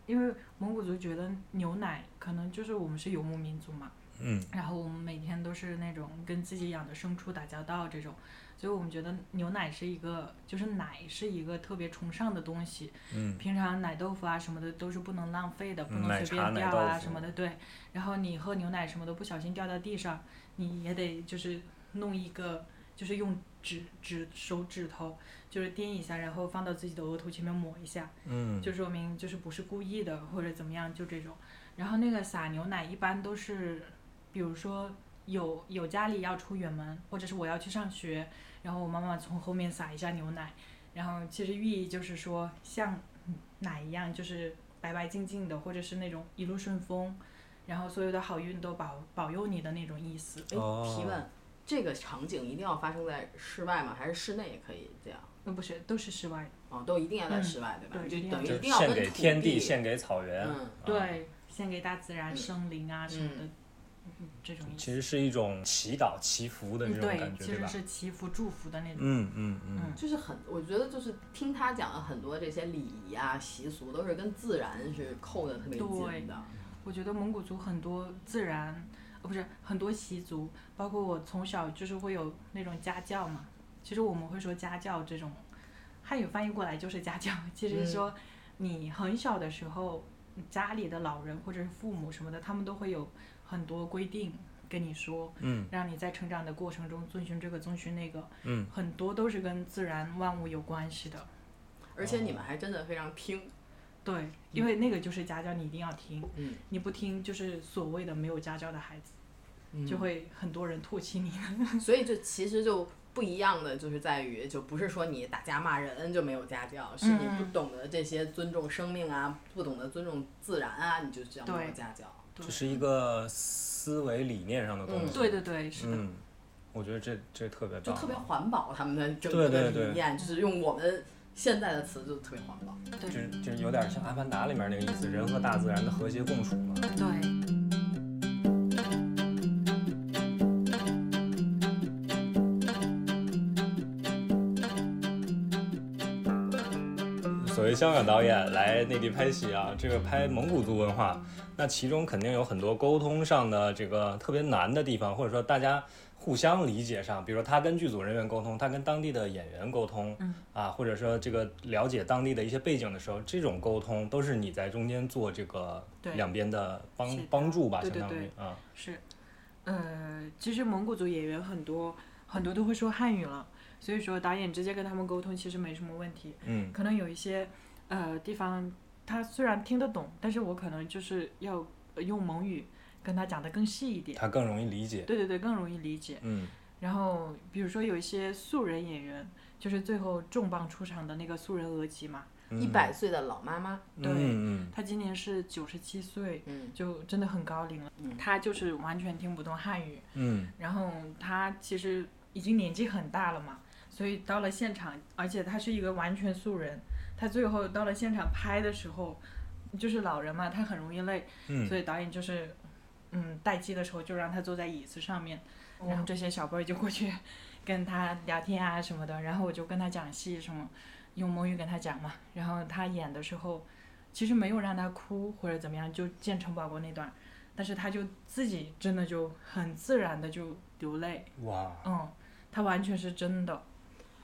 [SPEAKER 6] 因为蒙古族觉得牛奶可能就是我们是游牧民族嘛，
[SPEAKER 4] 嗯，
[SPEAKER 6] 然后我们每天都是那种跟自己养的牲畜打交道这种，所以我们觉得牛奶是一个，就是奶是一个特别崇尚的东西。
[SPEAKER 4] 嗯，
[SPEAKER 6] 平常奶豆腐啊什么的都是不能浪费的，不
[SPEAKER 4] 嗯奶
[SPEAKER 6] 能随
[SPEAKER 4] 茶
[SPEAKER 6] 便
[SPEAKER 4] 奶
[SPEAKER 6] 掉
[SPEAKER 4] 豆
[SPEAKER 6] 啊
[SPEAKER 4] 腐
[SPEAKER 6] 什么的。对，然后你喝牛奶什么的不小心掉到地上，你也得就是弄一个，就是用指指手指头就是掂一下，然后放到自己的额头前面抹一下，
[SPEAKER 4] 嗯，
[SPEAKER 6] 就说明就是不是故意的或者怎么样，就这种。然后那个撒牛奶一般都是，比如说有有家里要出远门，或者是我要去上学，然后我妈妈从后面撒一下牛奶，然后其实寓意就是说像奶一样，就是白白净净的，或者是那种一路顺风，然后所有的好运都保保佑你的那种意思。
[SPEAKER 5] 哎，
[SPEAKER 4] 哦
[SPEAKER 5] 提问，这个场景一定要发生在室外吗？还是室内也可以这样？
[SPEAKER 6] 那不是都是室外的，
[SPEAKER 5] 哦，都一定要在室外，对吧？
[SPEAKER 6] 嗯对
[SPEAKER 5] 就
[SPEAKER 6] 一定要
[SPEAKER 5] 等于
[SPEAKER 4] 就
[SPEAKER 5] 一
[SPEAKER 4] 是
[SPEAKER 5] 定要跟
[SPEAKER 4] 献
[SPEAKER 5] 土
[SPEAKER 4] 给天地，献给草原，
[SPEAKER 5] 嗯，
[SPEAKER 4] 啊，
[SPEAKER 6] 对，献给大自然、
[SPEAKER 5] 嗯
[SPEAKER 6] 生灵啊什么的，嗯这种意思。
[SPEAKER 4] 其实是一种祈祷祈福的这
[SPEAKER 6] 嗯，
[SPEAKER 4] 种
[SPEAKER 6] 对
[SPEAKER 4] 感，觉，
[SPEAKER 6] 其
[SPEAKER 4] 对
[SPEAKER 6] 实
[SPEAKER 4] 吧？
[SPEAKER 6] 是祈福祝福的那种。
[SPEAKER 4] 嗯嗯嗯，
[SPEAKER 5] 就是很，我觉得就是听他讲的很多这些礼仪啊、习俗，都是跟自然是扣的特别
[SPEAKER 6] 对
[SPEAKER 5] 紧的。
[SPEAKER 6] 我觉得蒙古族很多自然，呃，不是很多习俗，包括我从小就是会有那种家教嘛。其实我们会说家教这种，汉语翻译过来就是家教。其实
[SPEAKER 4] 嗯
[SPEAKER 6] 说你很小的时候，家里的老人或者是父母什么的，他们都会有很多规定跟你说，
[SPEAKER 4] 嗯，
[SPEAKER 6] 让你在成长的过程中遵循这个遵循那个，
[SPEAKER 4] 嗯，
[SPEAKER 6] 很多都是跟自然万物有关系的。
[SPEAKER 5] 而且你们还真的非常听，
[SPEAKER 6] 对，
[SPEAKER 4] 嗯
[SPEAKER 6] 因为那个就是家教，你一定要听。
[SPEAKER 5] 嗯，
[SPEAKER 6] 你不听就是所谓的没有家教的孩子，
[SPEAKER 4] 嗯 [LAUGHS]
[SPEAKER 6] 就会很多人唾弃你。
[SPEAKER 5] 所以就其实就不一样的，就是在于就不是说你打架骂人就没有家教，是你不懂得这些尊重生命啊，不懂得尊重自然啊，你就这样没有
[SPEAKER 6] 对
[SPEAKER 5] 家教。
[SPEAKER 4] 这是一个思维理念上的东西，
[SPEAKER 6] [LAUGHS] 对对对，是的，
[SPEAKER 4] 嗯，我觉得这这特别
[SPEAKER 5] 就
[SPEAKER 4] 棒，
[SPEAKER 5] 特别环保，他们的整个的
[SPEAKER 4] 哦对对对
[SPEAKER 5] 理念就是用我们现在的词就特别环保。
[SPEAKER 6] 对
[SPEAKER 4] 嗯就是就是有点像《阿凡达》里面那个意思，人和大自然的和谐共处嘛。嗯
[SPEAKER 6] 对。
[SPEAKER 4] 所谓香港导演来内地拍戏啊，这个拍蒙古族文化，那其中肯定有很多沟通上的这个特别难的地方，或者说大家互相理解上，比如说他跟剧组人员沟通，他跟当地的演员沟通，
[SPEAKER 6] 嗯
[SPEAKER 4] 啊，或者说这个了解当地的一些背景的时候，这种沟通都是你在中间做这个
[SPEAKER 6] 对
[SPEAKER 4] 两边的帮
[SPEAKER 6] 是的
[SPEAKER 4] 帮助吧，
[SPEAKER 6] 对
[SPEAKER 4] 相
[SPEAKER 6] 对
[SPEAKER 4] 当
[SPEAKER 6] 对
[SPEAKER 4] 于啊，
[SPEAKER 6] 是，呃，其实蒙古族演员很多很多都会说汉语了，所以说导演直接跟他们沟通其实没什么问题。
[SPEAKER 4] 嗯
[SPEAKER 6] 可能有一些呃地方，他虽然听得懂，但是我可能就是要呃用蒙语跟他讲的更细一点。
[SPEAKER 4] 他更容易理解，
[SPEAKER 6] 对对对，更容易理解。
[SPEAKER 4] 嗯
[SPEAKER 6] 然后比如说有一些素人演员，就是最后重磅出场的那个素人额吉嘛，
[SPEAKER 4] 嗯
[SPEAKER 5] 一百岁的老妈妈，
[SPEAKER 4] 嗯
[SPEAKER 6] 对
[SPEAKER 4] 嗯
[SPEAKER 6] 他今年是九十七岁，
[SPEAKER 5] 嗯，
[SPEAKER 6] 就真的很高龄了。
[SPEAKER 5] 嗯
[SPEAKER 6] 他就是完全听不懂汉语，
[SPEAKER 4] 嗯
[SPEAKER 6] 然后他其实已经年纪很大了嘛，所以到了现场，而且他是一个完全素人，他最后到了现场拍的时候，就是老人嘛，他很容易累，
[SPEAKER 4] 嗯
[SPEAKER 6] 所以导演就是，嗯，待机的时候就让他坐在椅子上面，
[SPEAKER 5] 嗯
[SPEAKER 6] 然后这些小辈儿就过去 [LAUGHS] 跟他聊天啊什么的，然后我就跟他讲戏什么，用蒙语跟他讲嘛，然后他演的时候，其实没有让他哭或者怎么样，就见城堡国那段，但是他就自己真的就很自然的就流泪，
[SPEAKER 4] 嗯，哇，
[SPEAKER 6] 嗯，他完全是真的，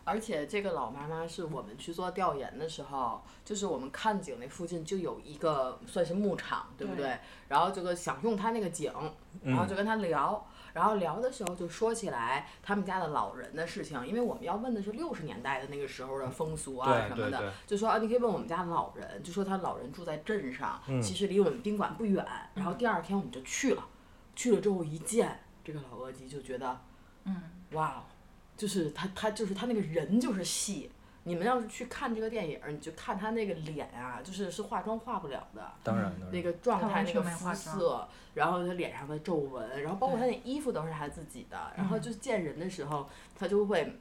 [SPEAKER 5] 而且这个老妈妈是我们去做调研的时候，就是我们看景那附近就有一个算是牧场，对不对？然后这个想用她那个景，然
[SPEAKER 4] 嗯
[SPEAKER 5] 后就跟她聊。然后聊的时候就说起来他们家的老人的事情，因为我们要问的是六十年代的那个时候的风俗啊
[SPEAKER 4] 对
[SPEAKER 5] 什么
[SPEAKER 4] 对
[SPEAKER 5] 的
[SPEAKER 4] 对，
[SPEAKER 5] 就说啊，你可以问我们家老人，就说他老人住在镇上，
[SPEAKER 4] 嗯
[SPEAKER 5] 其实离我们宾馆不远。然后第二天我们就去了，去了之后一见这个老额吉就觉得，嗯，哇，就是他他就是他那个人就是戏。你们要是去看这个电影，你就看他那个脸啊，就是是化妆化不了的。
[SPEAKER 4] 当然当
[SPEAKER 6] 嗯
[SPEAKER 5] 那
[SPEAKER 4] 然，
[SPEAKER 5] 个状
[SPEAKER 6] 他
[SPEAKER 5] 态、
[SPEAKER 6] 完
[SPEAKER 5] 那
[SPEAKER 6] 全
[SPEAKER 5] 个
[SPEAKER 6] 没化
[SPEAKER 5] 肤色，然后他脸上的皱纹，然后包括他那衣服都是他自己的，然
[SPEAKER 6] 嗯
[SPEAKER 5] 后就见人的时候，他就会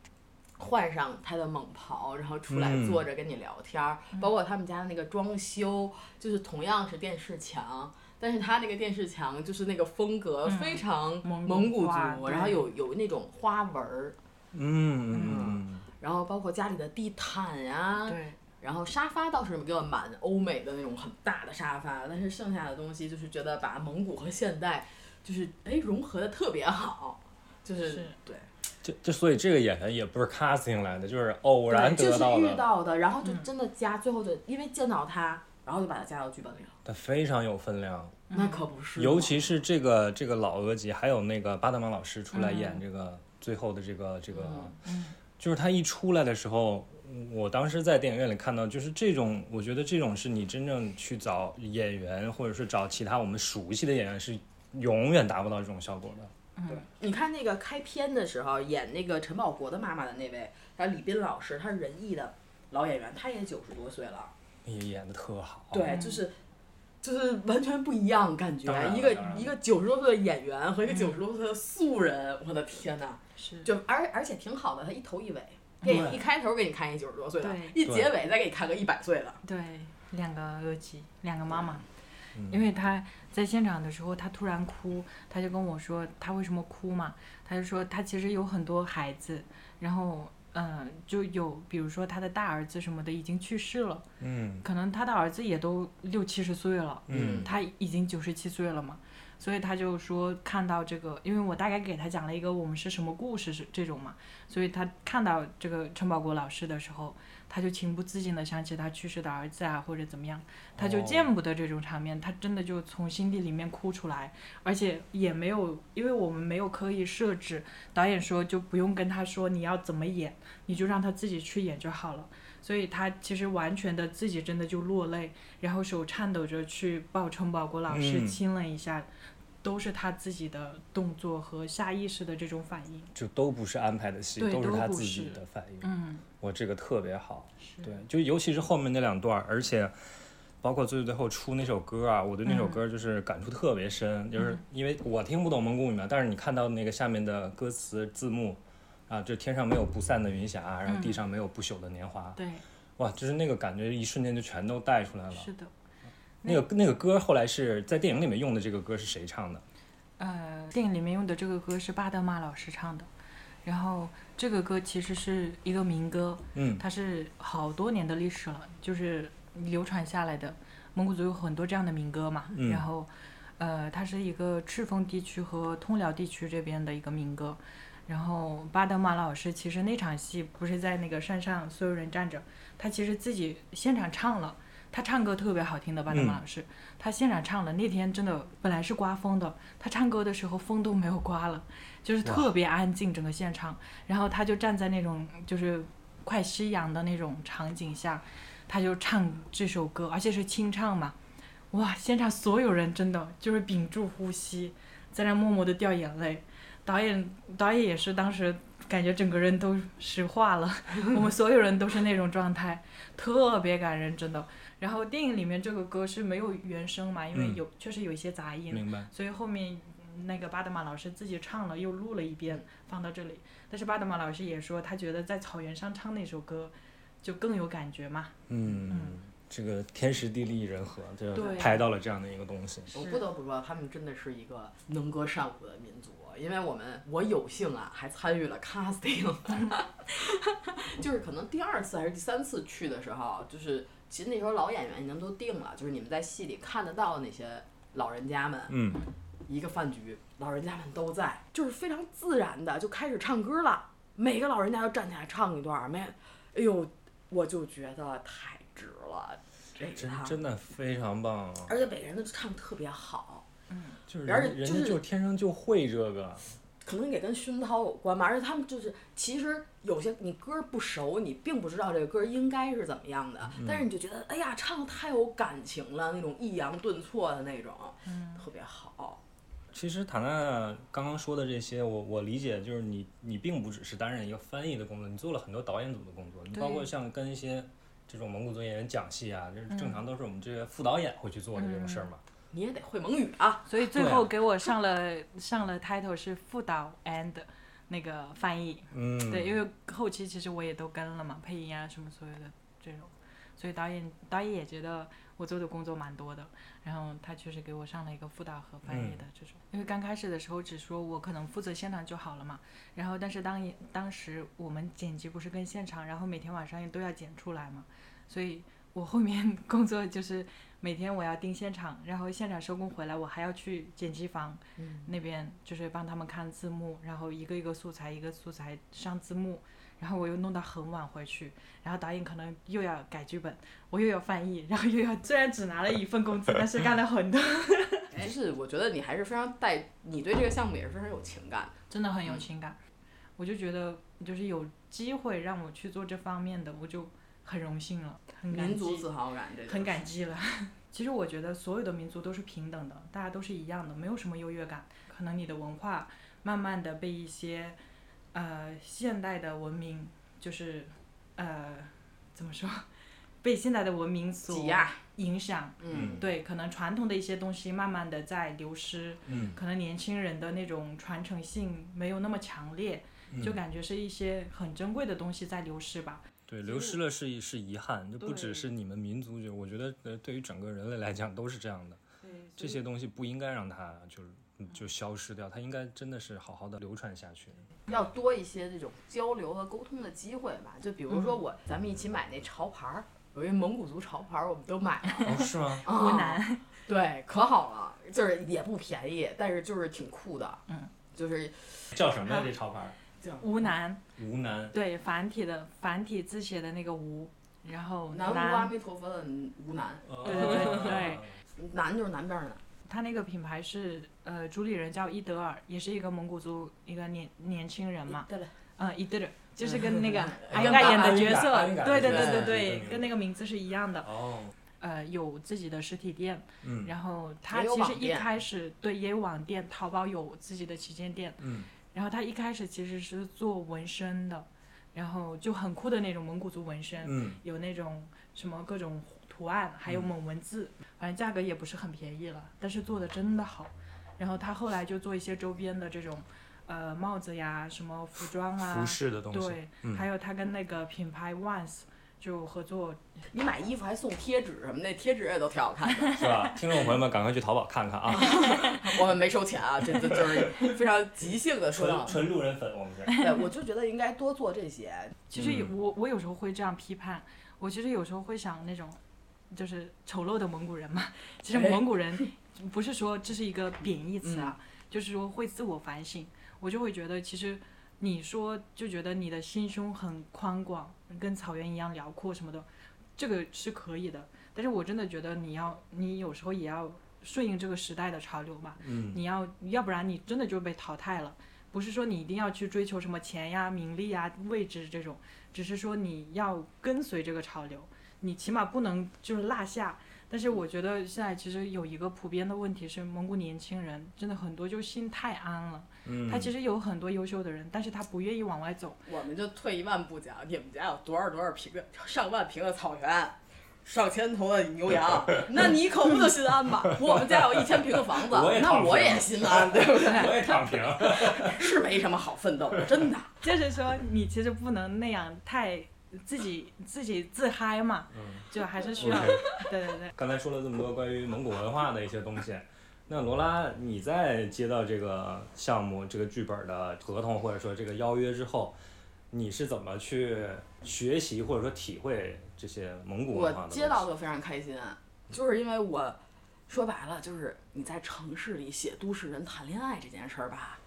[SPEAKER 5] 换上他的猛袍，然后出来
[SPEAKER 4] 嗯
[SPEAKER 5] 坐着跟你聊天儿，
[SPEAKER 6] 嗯
[SPEAKER 5] 包括他们家的那个装修，就是同样是电视墙。但是他那个电视墙就是那个风格
[SPEAKER 6] 嗯
[SPEAKER 5] 非常
[SPEAKER 6] 蒙古
[SPEAKER 5] 蒙古
[SPEAKER 6] 化
[SPEAKER 5] 族，然后
[SPEAKER 6] 对
[SPEAKER 5] 有有那种花纹儿，
[SPEAKER 4] 嗯嗯嗯
[SPEAKER 5] 然后包括家里的地毯呀、
[SPEAKER 6] 对，
[SPEAKER 5] 然后沙发倒是一个蛮欧美的那种很大的沙发，但是剩下的东西就是觉得把蒙古和现代就是哎融合的特别好，就是
[SPEAKER 6] 是
[SPEAKER 5] 对，
[SPEAKER 4] 这这所以这个演员也不是 casting 来的，就是偶然
[SPEAKER 5] 对就
[SPEAKER 4] 得
[SPEAKER 5] 是
[SPEAKER 4] 到
[SPEAKER 5] 遇
[SPEAKER 4] 的，
[SPEAKER 5] 到的，然后就真的加，最后就因为见到他，然后就把他加到剧本里了，
[SPEAKER 4] 他非常有分量，
[SPEAKER 5] 那可不是吗，
[SPEAKER 4] 尤其是这个这个老额吉，还有那个巴德玛老师出来
[SPEAKER 5] 嗯
[SPEAKER 4] 演这个、最后的这个这个，
[SPEAKER 6] 嗯
[SPEAKER 4] 就是他一出来的时候，嗯我当时在电影院里看到，就是这种，我觉得这种是你真正去找演员，或者是找其他我们熟悉的演员，是永远达不到这种效果的。
[SPEAKER 5] 你看那个开篇的时候演那个陈宝国的妈妈的那位，然后李斌老师，他是仁义的老演员，他也九十多岁了。
[SPEAKER 4] 也演的特好，
[SPEAKER 5] 对，就是就是完全不一样感觉
[SPEAKER 4] 当然，了
[SPEAKER 5] 一个
[SPEAKER 4] 当然了
[SPEAKER 5] 一个九十多岁的演员和一个九十多岁的素人，我的天呐，
[SPEAKER 6] 是
[SPEAKER 5] 嗯就而而且挺好的，他一头一尾，电影
[SPEAKER 4] 对
[SPEAKER 5] 一开头给你看一九十多岁的
[SPEAKER 6] 对，
[SPEAKER 5] 一结尾再给你看个一百岁的，
[SPEAKER 6] 对，两个儿吉，两个妈妈。
[SPEAKER 4] 嗯
[SPEAKER 6] 因为他在现场的时候，他突然哭，他就跟我说他为什么哭嘛，他就说他其实有很多孩子，然后嗯、呃就有比如说他的大儿子什么的已经去世了，
[SPEAKER 4] 嗯
[SPEAKER 6] 可能他的儿子也都六七十岁了，
[SPEAKER 4] 嗯
[SPEAKER 6] 他已经九十七岁了嘛，所以他就说看到这个，因为我大概给他讲了一个我们是什么故事是这种嘛，所以他看到这个陈宝国老师的时候，他就情不自禁的想起他去世的儿子啊或者怎么样，他就
[SPEAKER 4] 哦
[SPEAKER 6] 见不得这种场面，他真的就从心底里面哭出来，而且也没有，因为我们没有刻意设置，导演说就不用跟他说你要怎么演，你就让他自己去演就好了。所以他其实完全的自己真的就落泪，然后手颤抖着去抱陈宝国老师
[SPEAKER 4] 嗯
[SPEAKER 6] 亲了一下，都是他自己的动作和下意识的这种反应。
[SPEAKER 4] 就都不是安排的戏，
[SPEAKER 6] 对
[SPEAKER 4] 都是
[SPEAKER 6] 都
[SPEAKER 4] 他
[SPEAKER 6] 不
[SPEAKER 4] 自己
[SPEAKER 6] 是
[SPEAKER 4] 的反应。
[SPEAKER 6] 嗯，
[SPEAKER 4] 我这个特别好，
[SPEAKER 6] 是
[SPEAKER 4] 对，就尤其是后面那两段儿，而且包括最最后出那首歌啊，我对
[SPEAKER 6] 嗯
[SPEAKER 4] 那首歌就是感触特别深，就是因为我听不懂蒙古语嘛，但是你看到那个下面的歌词字幕啊，就天上没有不散的云霞，然后
[SPEAKER 6] 嗯
[SPEAKER 4] 地上没有不朽的年华，
[SPEAKER 6] 对，
[SPEAKER 4] 哇，就是那个感觉，一瞬间就全都带出来了。
[SPEAKER 6] 是的，
[SPEAKER 4] 那个那个歌后来是在电影里面用的，这个歌是谁唱的？
[SPEAKER 6] 呃，电影里面用的这个歌是巴德玛老师唱的，然后这个歌其实是一个民歌，
[SPEAKER 4] 嗯
[SPEAKER 6] 它是好多年的历史了，就是流传下来的。蒙古族有很多这样的民歌嘛，
[SPEAKER 4] 嗯
[SPEAKER 6] 然后，呃，它是一个赤峰地区和通辽地区这边的一个民歌。然后巴德玛老师其实那场戏不是在那个山上所有人站着，他其实自己现场唱了，他唱歌特别好
[SPEAKER 4] 嗯
[SPEAKER 6] 听的巴德玛老师，他现场唱了。那天真的本来是刮风的，他唱歌的时候风都没有刮了，就是特别安静整个现场。然后他就站在那种就是快夕阳的那种场景下，他就唱这首歌，而且是清唱嘛，哇！现场所有人真的就是屏住呼吸，在那默默的掉眼泪。导演导演也是当时感觉整个人都石化了， [LAUGHS] 我们所有人都是那种状态，特别感人，真的。然后电影里面这个歌是没有原声嘛，因为
[SPEAKER 4] 嗯
[SPEAKER 6] 有、确实有一些杂音，
[SPEAKER 4] 明白。
[SPEAKER 6] 所以后面嗯那个巴德玛老师自己唱了，又录了一遍放到这里。但是巴德玛老师也说，他觉得在草原上唱那首歌就更有感觉嘛。
[SPEAKER 4] 嗯
[SPEAKER 6] 嗯，
[SPEAKER 4] 这个天时地利人和，就
[SPEAKER 6] 对
[SPEAKER 4] 拍到了这样的一个东西。
[SPEAKER 5] 我
[SPEAKER 6] 是
[SPEAKER 5] 不得不说，他们真的是一个能歌善舞的民族。因为我们我有幸啊，还参与了 casting，就是可能第二次还是第三次去的时候，就是其实那时候老演员已经都定了，就是你们在戏里看得到那些老人家们，
[SPEAKER 4] 嗯，
[SPEAKER 5] 一个饭局，老人家们都在，就是非常自然的就开始唱歌了。每个老人家都站起来唱一段儿，没，哎呦，我就觉得太值了，这个
[SPEAKER 4] 真
[SPEAKER 5] 他，
[SPEAKER 4] 真的非常棒啊！
[SPEAKER 5] 而且每个人都唱得特别好。
[SPEAKER 4] 就是
[SPEAKER 5] 而且
[SPEAKER 4] 人人
[SPEAKER 5] 就
[SPEAKER 4] 家
[SPEAKER 5] 是
[SPEAKER 4] 就天生就会这个，
[SPEAKER 5] 可能也跟熏陶有关吧，而且他们就是，其实有些你歌不熟，你并不知道这个歌应该是怎么样的，
[SPEAKER 4] 嗯
[SPEAKER 5] 但是你就觉得，哎呀，唱的太有感情了，那种抑扬顿挫的那种，
[SPEAKER 4] 嗯
[SPEAKER 5] 特别好。
[SPEAKER 4] 其实塔娜刚刚说的这些，我我理解就是你你并不只是担任一个翻译的工作，你做了很多导演组的工作，你
[SPEAKER 6] 对嗯
[SPEAKER 4] 包括像跟一些这种蒙古族演员讲戏啊，这正常都是我们这些副导演会去做的这种事儿嘛。
[SPEAKER 5] 你也得会蒙语啊，
[SPEAKER 6] 所以最
[SPEAKER 4] 对啊
[SPEAKER 6] 后给我上了上了 title 是副导 and 那个翻译，
[SPEAKER 4] 嗯，
[SPEAKER 6] 对，因为后期其实我也都跟了嘛，配音啊什么所有的这种，所以导演导演也觉得我做的工作蛮多的，然后他确实给我上了一个副导和翻译的这种，因为刚开始的时候只说我可能负责现场就好了嘛，然后但是当也当时我们剪辑不是跟现场，然后每天晚上都要剪出来嘛，所以我后面 [LAUGHS] 工作就是每天我要盯现场，然后现场收工回来我还要去剪辑房、那边就是帮他们看字幕，然后一个一个素材一个素材上字幕，然后我又弄到很晚回去，然后导演可能又要改剧本，我又要翻译，然后又要虽然只拿了一份工资，但是干了很多，
[SPEAKER 5] 就是我觉得你还是非常带，你对这个项目也是非常有情感。
[SPEAKER 6] [LAUGHS] 真的很有情感。我就觉得就是有机会让我去做这方面的，我就很荣幸了，很感
[SPEAKER 5] 民族
[SPEAKER 6] 激。
[SPEAKER 5] 自豪感，这个
[SPEAKER 6] 很感激了。 [LAUGHS] 其实我觉得所有的民族都是平等的，大家都是一样的，没有什么优越感。可能你的文化慢慢的被一些呃现代的文明，就是呃怎么说，被现代的文明所
[SPEAKER 5] 挤压，
[SPEAKER 6] 影响。
[SPEAKER 5] 嗯，
[SPEAKER 6] 对，可能传统的一些东西慢慢的在流失，
[SPEAKER 4] 嗯，
[SPEAKER 6] 可能年轻人的那种传承性没有那么强烈，
[SPEAKER 4] 嗯
[SPEAKER 6] 就感觉是一些很珍贵的东西在流失吧。
[SPEAKER 4] 对，流失了是是遗憾，就不只
[SPEAKER 6] 对
[SPEAKER 4] 是你们民族，就我觉得呃，对于整个人类来讲都是这样的。
[SPEAKER 6] 对，
[SPEAKER 4] 这些东西不应该让它就是就消失掉，它应该真的是好好的流传下
[SPEAKER 6] [LAUGHS]
[SPEAKER 4] 去。
[SPEAKER 5] 要多一些这种交流和沟通的机会吧。就比如说我，咱们一起买那潮牌儿，有一蒙古族潮牌儿，我们都买了。
[SPEAKER 4] 哦，是吗？
[SPEAKER 5] 湖
[SPEAKER 6] 湖南。
[SPEAKER 5] [LAUGHS] 对，可好了，就是也不便宜，但是就是挺酷的。
[SPEAKER 6] 嗯，
[SPEAKER 5] 就是
[SPEAKER 4] 叫什么呀？这潮牌？
[SPEAKER 6] 吴楠，
[SPEAKER 4] 吴楠。
[SPEAKER 6] 对，繁体的繁体字写的那个吴，然后
[SPEAKER 5] 南
[SPEAKER 6] 楠，
[SPEAKER 5] 无啊阿弥陀佛的无南，
[SPEAKER 4] 对
[SPEAKER 6] [LAUGHS] 对对对，
[SPEAKER 5] 南就是南边儿的，
[SPEAKER 6] 他那个品牌是呃，主理人叫伊德尔，也是一个蒙古族一个年年轻人嘛，
[SPEAKER 5] 对了，
[SPEAKER 6] 呃，伊德尔就是跟那个阿
[SPEAKER 5] 嗯跟
[SPEAKER 6] 依
[SPEAKER 5] 爸
[SPEAKER 6] 嘎演
[SPEAKER 5] 爸
[SPEAKER 6] 的
[SPEAKER 4] 一
[SPEAKER 6] 角
[SPEAKER 4] 样阿
[SPEAKER 6] 色
[SPEAKER 4] 依嘎，
[SPEAKER 6] 对对
[SPEAKER 5] 就是
[SPEAKER 6] 对
[SPEAKER 4] 个
[SPEAKER 5] 那
[SPEAKER 6] 对对
[SPEAKER 4] 名，字
[SPEAKER 6] 跟那个名字是一样的。
[SPEAKER 4] 哦，
[SPEAKER 6] 呃，有自己的实体店，
[SPEAKER 4] 嗯
[SPEAKER 6] 然后他
[SPEAKER 5] 也有
[SPEAKER 6] 其
[SPEAKER 5] 网
[SPEAKER 6] 实一
[SPEAKER 5] 店
[SPEAKER 6] 开始对也有网店，淘宝有自己的旗舰店，
[SPEAKER 4] 嗯，
[SPEAKER 6] 然后他一开始其实是做纹身的，然后就很酷的那种蒙古族纹身，
[SPEAKER 4] 嗯，
[SPEAKER 6] 有那种什么各种图案，还有蒙文字，反正价格也不是很便宜了，但是做的真的好。然后他后来就做一些周边的这种，呃，帽子呀，什么服装啊，
[SPEAKER 4] 服饰的东西。嗯
[SPEAKER 6] 对，还有他跟那个品牌 Once 就合作，
[SPEAKER 5] 你买衣服还送贴纸什么的，贴纸也都挺好看的。
[SPEAKER 4] 是吧？听众朋友们，赶快去淘宝看看啊！
[SPEAKER 5] 我们没收钱啊，这这就是非常即兴的说到。
[SPEAKER 4] 纯路人粉，我们这。
[SPEAKER 5] 对，我就觉得应该多做这些。
[SPEAKER 6] 其实有我我有时候会这样批判，我其实有时候会想那种，就是丑陋的蒙古人嘛。其实
[SPEAKER 5] 哎
[SPEAKER 6] 蒙古人不是说这是一个贬义词啊，就是说会自我反省。我就会觉得，其实你说就觉得你的心胸很宽广，跟草原一样辽阔什么的，这个是可以的。但是我真的觉得你要，你有时候也要顺应这个时代的潮流嘛。
[SPEAKER 4] 嗯，
[SPEAKER 6] 你要要不然你真的就被淘汰了。不是说你一定要去追求什么钱呀、名利呀、位置这种，只是说你要跟随这个潮流，你起码不能就是落下。但是我觉得现在其实有一个普遍的问题是，蒙古年轻人真的很多就心太安了。
[SPEAKER 4] 嗯
[SPEAKER 6] 他其实有很多优秀的人，但是他不愿意往外走。
[SPEAKER 5] 我们就退一万步讲，你们家有多少多少平的上万平的草原，上千头的牛羊，那你可不就心安吧？我们家有一千平的房子
[SPEAKER 4] 我也，
[SPEAKER 5] 那我也心安，对不对？
[SPEAKER 4] 我也躺平。
[SPEAKER 5] 是没什么好奋斗的，真的。
[SPEAKER 6] 就是说，你其实不能那样太自己自己自嗨嘛，就还是需要
[SPEAKER 4] 嗯 OK
[SPEAKER 6] 对对对。
[SPEAKER 4] 刚才说了这么多关于蒙古文化的一些东西，那罗拉，你在接到这个项目、这个剧本的合同或者说这个邀约之后，你是怎么去学习或者说体会这些蒙古
[SPEAKER 5] 我
[SPEAKER 4] 文化的东西？
[SPEAKER 5] 接到就非常开心，啊就是因为我说白了，就是你在城市里写都市人谈恋爱这件事儿吧，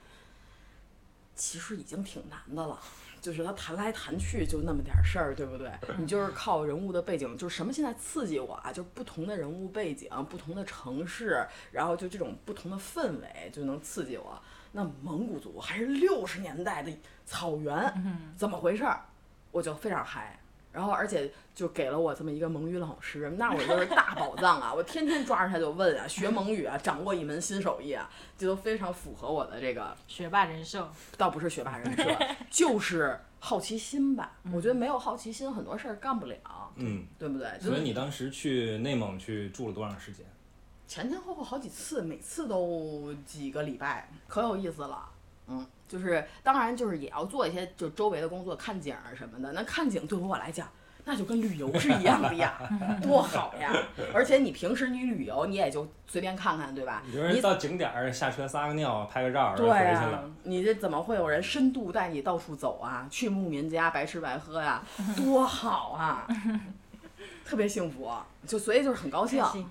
[SPEAKER 5] 其实已经挺难的了。就是他谈来谈去就那么点儿事儿，对不对？你就是靠人物的背景，就是什么现在刺激我啊，就不同的人物背景、不同的城市，然后就这种不同的氛围就能刺激我。那蒙古族还是六十年代的草原，怎么回事儿？我就非常嗨。然后，而且就给了我这么一个蒙语老师，那我就是大宝藏啊！我天天抓着他就问啊，学蒙语啊，掌握一门新手艺啊，这都非常符合我的这个
[SPEAKER 6] 学霸人设，
[SPEAKER 5] 倒不是学霸人设，就是好奇心吧。我觉得没有好奇心，很多事儿干不了，
[SPEAKER 4] 嗯，
[SPEAKER 5] 对不对？就
[SPEAKER 4] 所以
[SPEAKER 5] 是
[SPEAKER 4] 你当时去内蒙去住了多长时间？
[SPEAKER 5] 前前后后好几次，每次都几个礼拜，可有意思了。嗯，就是当然就是也要做一些就周围的工作，看景儿什么的。那看景对我来讲。那就跟旅游是一样
[SPEAKER 4] [LAUGHS]
[SPEAKER 5] 的呀，多好呀！而且你平时你旅游，你也就随便看看，对吧？
[SPEAKER 4] 你就是
[SPEAKER 5] 你
[SPEAKER 4] 到景点儿下车撒个尿、拍个照，然后
[SPEAKER 5] 对
[SPEAKER 4] 回去
[SPEAKER 5] 啊
[SPEAKER 4] 了。，
[SPEAKER 5] 你这怎么会有人深度带你到处走啊？去牧民家白吃白喝呀、多好
[SPEAKER 4] [LAUGHS]
[SPEAKER 5] 啊！特别幸福，啊就所以就是很高兴
[SPEAKER 6] 开。心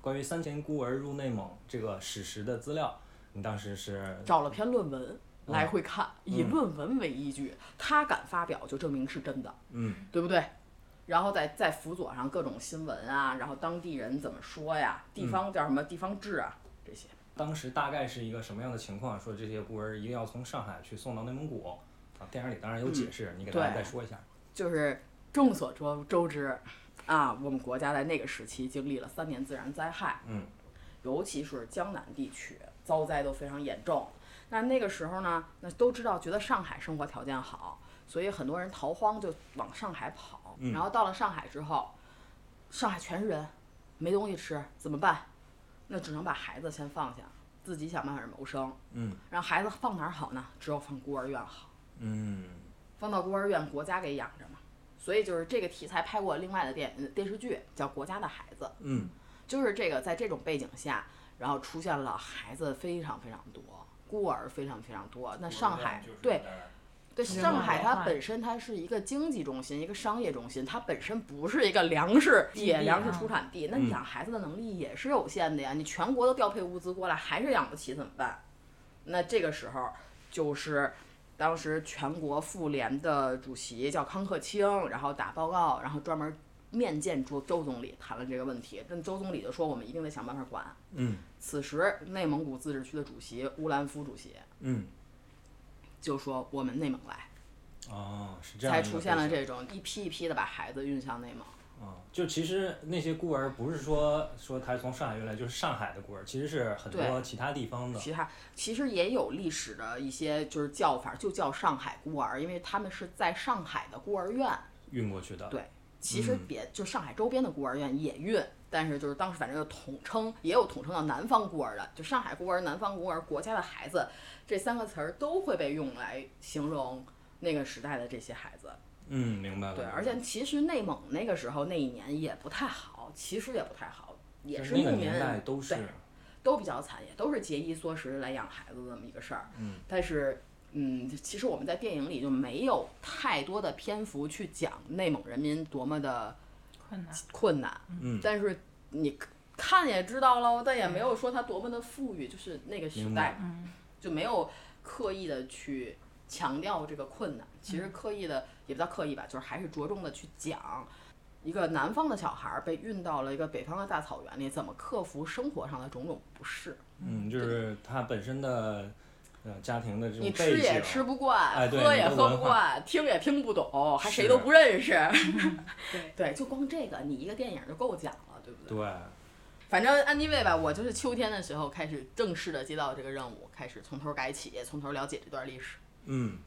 [SPEAKER 4] 关于三前孤儿入内蒙这个史实的资料，你当时是
[SPEAKER 5] 找了篇论文来回看，以
[SPEAKER 4] 嗯
[SPEAKER 5] 论文为依据，他敢发表就证明是真的，
[SPEAKER 4] 嗯
[SPEAKER 5] 对不对？然后再再辅佐上各种新闻啊，然后当地人怎么说呀？
[SPEAKER 4] 嗯
[SPEAKER 5] 地方叫什么？地方志啊，这些。
[SPEAKER 4] 当时大概是一个什么样的情况？说这些孤儿一定要从上海去送到内蒙古啊？电影里当然有解释，你给大家
[SPEAKER 5] 对
[SPEAKER 4] 再说一下。
[SPEAKER 5] 就是众所周周知，啊，我们国家在那个时期经历了三年自然灾害，
[SPEAKER 4] 嗯，
[SPEAKER 5] 尤其是江南地区遭灾都非常严重。那那个时候呢，那都知道觉得上海生活条件好，所以很多人逃荒就往上海跑。
[SPEAKER 4] 嗯
[SPEAKER 5] 然后到了上海之后，上海全是人，没东西吃怎么办？那只能把孩子先放下，自己想办法谋生。
[SPEAKER 4] 嗯
[SPEAKER 5] 让孩子放哪儿好呢？只有放孤儿院好。
[SPEAKER 4] 嗯
[SPEAKER 5] 放到孤儿院，国家给养着嘛。所以就是这个题材拍过另外的电呃电视剧，叫《国家的孩子》，
[SPEAKER 4] 嗯
[SPEAKER 5] 就是这个在这种背景下，然后出现了孩子非常非常多，孤儿非常非常多。那上海对对，
[SPEAKER 6] 人
[SPEAKER 5] 上
[SPEAKER 6] 文
[SPEAKER 5] 海它
[SPEAKER 6] 化
[SPEAKER 5] 本身它是一个经济中心，一个商业中心，它本身不是一个粮食
[SPEAKER 6] 基
[SPEAKER 5] 地、
[SPEAKER 6] 地
[SPEAKER 5] 粮食
[SPEAKER 6] 啊
[SPEAKER 5] 出产地，那
[SPEAKER 4] 嗯
[SPEAKER 5] 养孩子的能力也是有限的呀。你全国都调配物资过来，还是养不起怎么办？那这个时候就是当时全国妇联的主席叫康克清，然后打报告，然后专门面见周周总理谈了这个问题。但周总理就说我们一定得想办法管。
[SPEAKER 4] 嗯
[SPEAKER 5] 此时，内蒙古自治区的主席乌兰夫主席
[SPEAKER 4] 嗯
[SPEAKER 5] 就说我们内蒙来，
[SPEAKER 4] 哦，是这样。
[SPEAKER 5] 才出现了。这种一批一批的把孩子运向内蒙。
[SPEAKER 4] 啊，就其实那些孤儿不是说说他从上海运来，就是上海的孤儿，其实是很多
[SPEAKER 5] 对
[SPEAKER 4] 其他地方的。
[SPEAKER 5] 其他其实也有历史的一些就是叫法，就叫上海孤儿，因为他们是在上海的孤儿院。
[SPEAKER 4] 运过去的。
[SPEAKER 5] 对其实
[SPEAKER 4] 嗯
[SPEAKER 5] 别就上海周边的孤儿院也运，但是就是当时反正就统称，也有统称到南方孤儿的，就上海孤儿、南方孤儿、国家的孩子这三个词儿都会被用来形容那个时代的这些孩子。
[SPEAKER 4] 嗯，明白了。
[SPEAKER 5] 对，而且其实内蒙那个时候那一年也不太好，其实也不太好，也
[SPEAKER 4] 就是那个
[SPEAKER 5] 牧民
[SPEAKER 4] 年代都是
[SPEAKER 5] 对。都比较惨，也都是节衣缩食来养孩子这么一个事儿。
[SPEAKER 4] 嗯，
[SPEAKER 5] 但是，嗯，其实我们在电影里就没有太多的篇幅去讲内蒙人民多么的
[SPEAKER 6] 困难。
[SPEAKER 5] 困难，
[SPEAKER 4] 嗯，
[SPEAKER 5] 但是你看也知道喽，但也没有说它多么的富裕，就是那个时
[SPEAKER 4] 明
[SPEAKER 5] 代
[SPEAKER 4] 白
[SPEAKER 6] 嗯
[SPEAKER 5] 就没有刻意的去强调这个困难，其实刻意的也不叫刻意吧，就是还是着重的去讲。一个南方的小孩儿被运到了一个北方的大草原里，怎么克服生活上的种种不适？
[SPEAKER 4] 嗯，就是他本身的呃家庭的这种
[SPEAKER 5] 你
[SPEAKER 4] 背
[SPEAKER 5] 吃也
[SPEAKER 4] 景，
[SPEAKER 5] 吃不惯，
[SPEAKER 4] 哎对
[SPEAKER 5] 喝
[SPEAKER 4] 你
[SPEAKER 5] 也
[SPEAKER 4] 的
[SPEAKER 5] 喝
[SPEAKER 4] 文
[SPEAKER 5] 不
[SPEAKER 4] 化
[SPEAKER 5] 惯，听也听不懂，还谁
[SPEAKER 4] 是
[SPEAKER 5] 都不认识。 [LAUGHS]
[SPEAKER 6] 对，
[SPEAKER 5] 对，就光这个，你一个电影就够讲了，对不对？
[SPEAKER 4] 对，
[SPEAKER 5] 反正 anyway 吧，我就是秋天的时候开始正式的接到这个任务，开始从头改起，从头了解这段历史。
[SPEAKER 4] 嗯，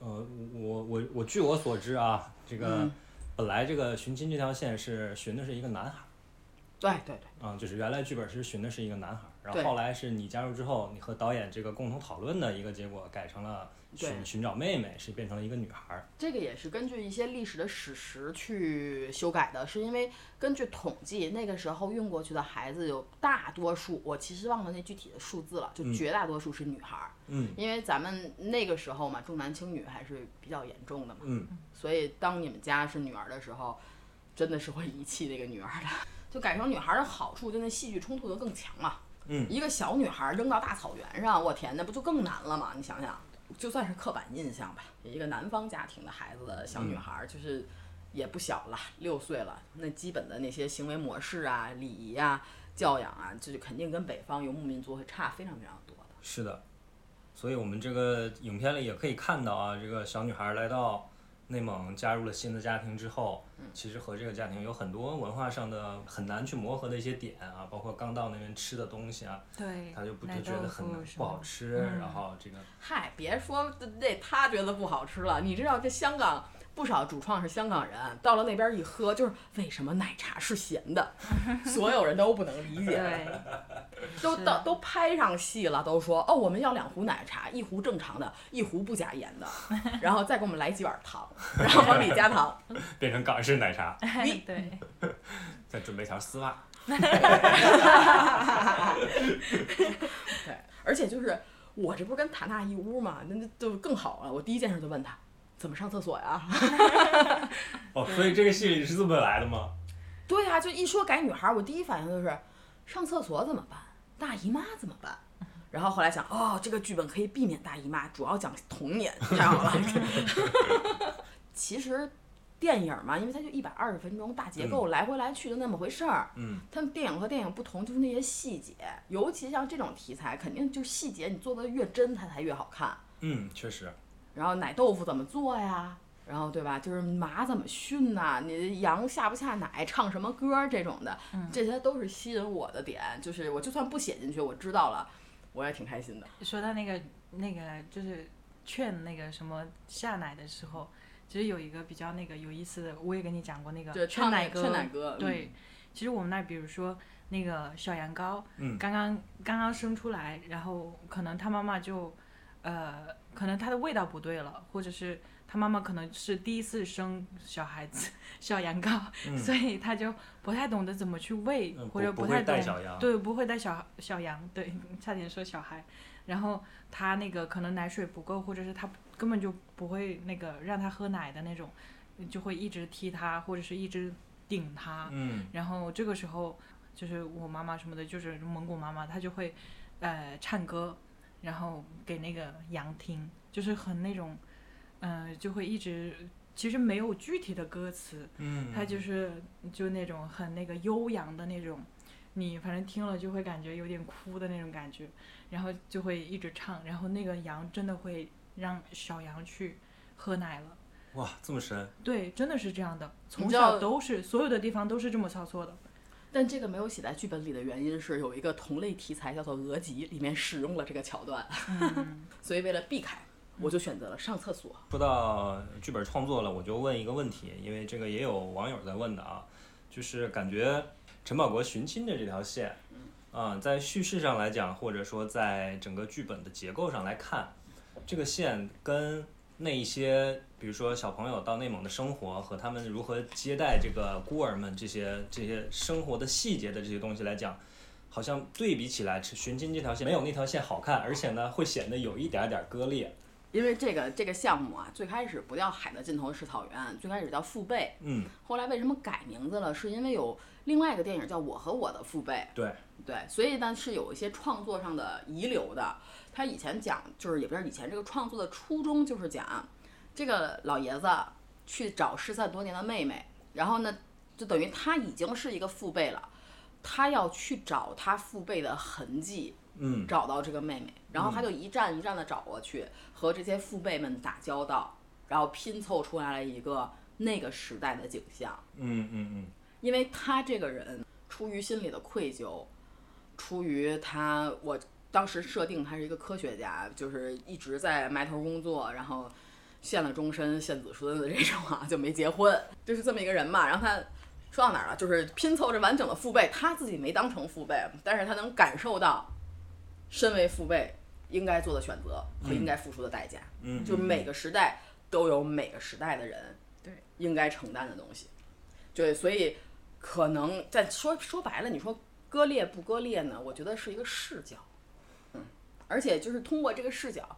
[SPEAKER 4] 呃，我我我据我所知啊，这个
[SPEAKER 5] 嗯
[SPEAKER 4] 本来这个寻亲这条线是寻的是一个男孩儿，
[SPEAKER 5] 对对对，
[SPEAKER 4] 嗯，就是原来剧本是寻的是一个男孩儿，然后
[SPEAKER 5] 对
[SPEAKER 4] 后来是你加入之后，你和导演这个共同讨论的一个结果，改成了
[SPEAKER 5] 对
[SPEAKER 4] 寻寻找妹妹，是变成了一个女孩儿，
[SPEAKER 5] 这个也是根据一些历史的史实去修改的，是因为根据统计，那个时候运过去的孩子有大多数，我其实忘了那具体的数字了，就
[SPEAKER 4] 嗯
[SPEAKER 5] 绝大多数是女孩儿，
[SPEAKER 4] 嗯
[SPEAKER 5] 因为咱们那个时候嘛，重男轻女还是比较严重的嘛。
[SPEAKER 4] 嗯，
[SPEAKER 5] 所以当你们家是女儿的时候，真的是会遗弃那个女儿的。 [LAUGHS] 就改成女孩的好处，就那戏剧冲突就更强嘛。
[SPEAKER 4] 嗯
[SPEAKER 5] 一个小女孩扔到大草原上，我天，那不就更难了吗？你想想，就算是刻板印象吧，一个南方家庭的孩子的
[SPEAKER 4] 嗯
[SPEAKER 5] 小女孩，就是也不小了，六岁了，那基本的那些行为模式啊、礼仪啊、教养啊，就是肯定跟北方游牧民族会差非常非常多的。
[SPEAKER 4] 是的，所以我们这个影片里也可以看到啊，这个小女孩来到内蒙，加入了新的家庭之后，其实和这个家庭有很多文化上的很难去磨合的一些点啊，包括刚到那边吃的东西啊，
[SPEAKER 6] 对
[SPEAKER 4] 她就不就觉得很不好吃，然后这个
[SPEAKER 5] 嗨，别说那他觉得不好吃了，你知道这香港不少主创是香港人，到了那边一喝，就是为什么奶茶是咸的， [LAUGHS] 所有人都不能理解，
[SPEAKER 4] [LAUGHS]
[SPEAKER 6] 对，
[SPEAKER 5] 都
[SPEAKER 6] 是
[SPEAKER 5] 到都拍上戏了，都说哦，我们要两壶奶茶，一壶正常的，一壶不加
[SPEAKER 6] [LAUGHS]
[SPEAKER 5] 盐的，然后再给我们来几碗糖，然后往里加
[SPEAKER 6] [LAUGHS]
[SPEAKER 5] 糖，
[SPEAKER 4] 变成港式奶茶，
[SPEAKER 5] 你
[SPEAKER 6] 对，
[SPEAKER 4] 再准备条丝袜，
[SPEAKER 5] 对，而且就是我这不是跟塔娜一屋嘛，那那就更好了。我第一件事就问他怎么上厕所呀？
[SPEAKER 4] 哦，所以这个戏里是这么来的吗？
[SPEAKER 5] 对啊呀、就一说改女孩儿，我第一反应就是上厕所怎么办？大姨妈怎么办？然后后来想，哦，这个剧本可以避免大姨妈，主要讲童年，太好了。 [LAUGHS] 其实电影嘛，因为它就一百二十分钟，大结构来回来去就那么回事儿。
[SPEAKER 4] 嗯，
[SPEAKER 5] 他们电影和电影不同，就是那些细节，尤其像这种题材，肯定就是细节你做的越真，它才越好看。
[SPEAKER 4] 嗯，确实，
[SPEAKER 5] 然后奶豆腐怎么做呀？然后对吧？就是马怎么训呐、你羊下不下奶？唱什么歌儿这种的，这些都是吸引我的点。就是我就算不写进去，我知道了，我也挺开心的。
[SPEAKER 6] 说到那个那个就是劝那个什么下奶的时候，其实有一个比较那个有意思的，我也跟你讲过那
[SPEAKER 5] 对，
[SPEAKER 6] 个
[SPEAKER 5] 唱
[SPEAKER 6] 嗯奶
[SPEAKER 5] 那劝奶歌，嗯
[SPEAKER 6] 对，其实我们那儿比如说那个小羊羔，
[SPEAKER 4] 嗯
[SPEAKER 6] 刚刚刚刚生出来，然后可能它妈妈就，呃，可能它的味道不对了，或者是它妈妈可能是第一次生小孩子小羊羔，
[SPEAKER 4] 嗯
[SPEAKER 6] 所以它就不太懂得怎么去喂，
[SPEAKER 4] 嗯
[SPEAKER 6] 或者
[SPEAKER 4] 不不
[SPEAKER 6] 太
[SPEAKER 4] 会带
[SPEAKER 6] 懂
[SPEAKER 4] 小羊，
[SPEAKER 6] 对，不会带小小羊，对，差点说小孩。然后他那个可能奶水不够，或者是他根本就不会那个让他喝奶的那种，就会一直踢他，或者是一直顶他。
[SPEAKER 4] 嗯
[SPEAKER 6] 然后这个时候就是我妈妈什么的，就是蒙古妈妈，她就会呃唱歌，然后给那个羊听，就是很那种，呃，就会一直其实没有具体的歌词，
[SPEAKER 4] 嗯，
[SPEAKER 6] 它就是就那种很那个悠扬的那种，你反正听了就会感觉有点哭的那种感觉，然后就会一直唱，然后那个羊真的会让小羊去喝奶了。
[SPEAKER 4] 哇，这么神，
[SPEAKER 6] 对，真的是这样的，从
[SPEAKER 5] 知道
[SPEAKER 6] 小都是所有的地方都是这么操作的。
[SPEAKER 5] 但这个没有写在剧本里的原因是，有一个同类题材叫做《额吉》，里面使用了这个桥段， [LAUGHS] 所以为了避开，我就选择了上厕所。
[SPEAKER 4] 说到剧本创作了，我就问一个问题，因为这个也有网友在问的啊，就是感觉陈宝国寻亲的这条线，啊、在叙事上来讲，或者说在整个剧本的结构上来看，这个线跟那一些，比如说小朋友到内蒙的生活和他们如何接待这个孤儿们这些这些生活的细节的这些东西来讲。好像对比起来，寻亲这条线没有那条线好看，而且呢，会显得有一点点割裂。
[SPEAKER 5] 因为这个这个项目啊，最开始不叫海的尽头是草原，最开始叫父辈，
[SPEAKER 4] 嗯，
[SPEAKER 5] 后来为什么改名字了？是因为有另外一个电影叫《我和我的父辈》，
[SPEAKER 4] 对，
[SPEAKER 5] 对，所以呢是有一些创作上的遗留的。他以前讲，就是也不是以前这个创作的初衷，就是讲这个老爷子去找失散多年的妹妹，然后呢，就等于他已经是一个父辈了，他要去找他父辈的痕迹，
[SPEAKER 4] 嗯，
[SPEAKER 5] 找到这个妹妹，然后他就一站一站的找过去，和这些父辈们打交道，然后拼凑出来了一个那个时代的景象。
[SPEAKER 4] 嗯嗯
[SPEAKER 5] 因为他这个人出于心里的愧疚，出于他我当时设定他是一个科学家，就是一直在埋头工作，然后献了终身献子孙的这种啊，就没结婚，就是这么一个人嘛。然后他说到哪儿了？就是拼凑着完整的父辈，他自己没当成父辈，但是他能感受到身为父辈应该做的选择和应该付出的代价。
[SPEAKER 4] 嗯嗯，
[SPEAKER 5] 就每个时代都有每个时代的人
[SPEAKER 6] 对
[SPEAKER 5] 应该承担的东西，对，所以可能但说说白了，你说割裂不割裂呢？我觉得是一个视角，嗯，而且就是通过这个视角，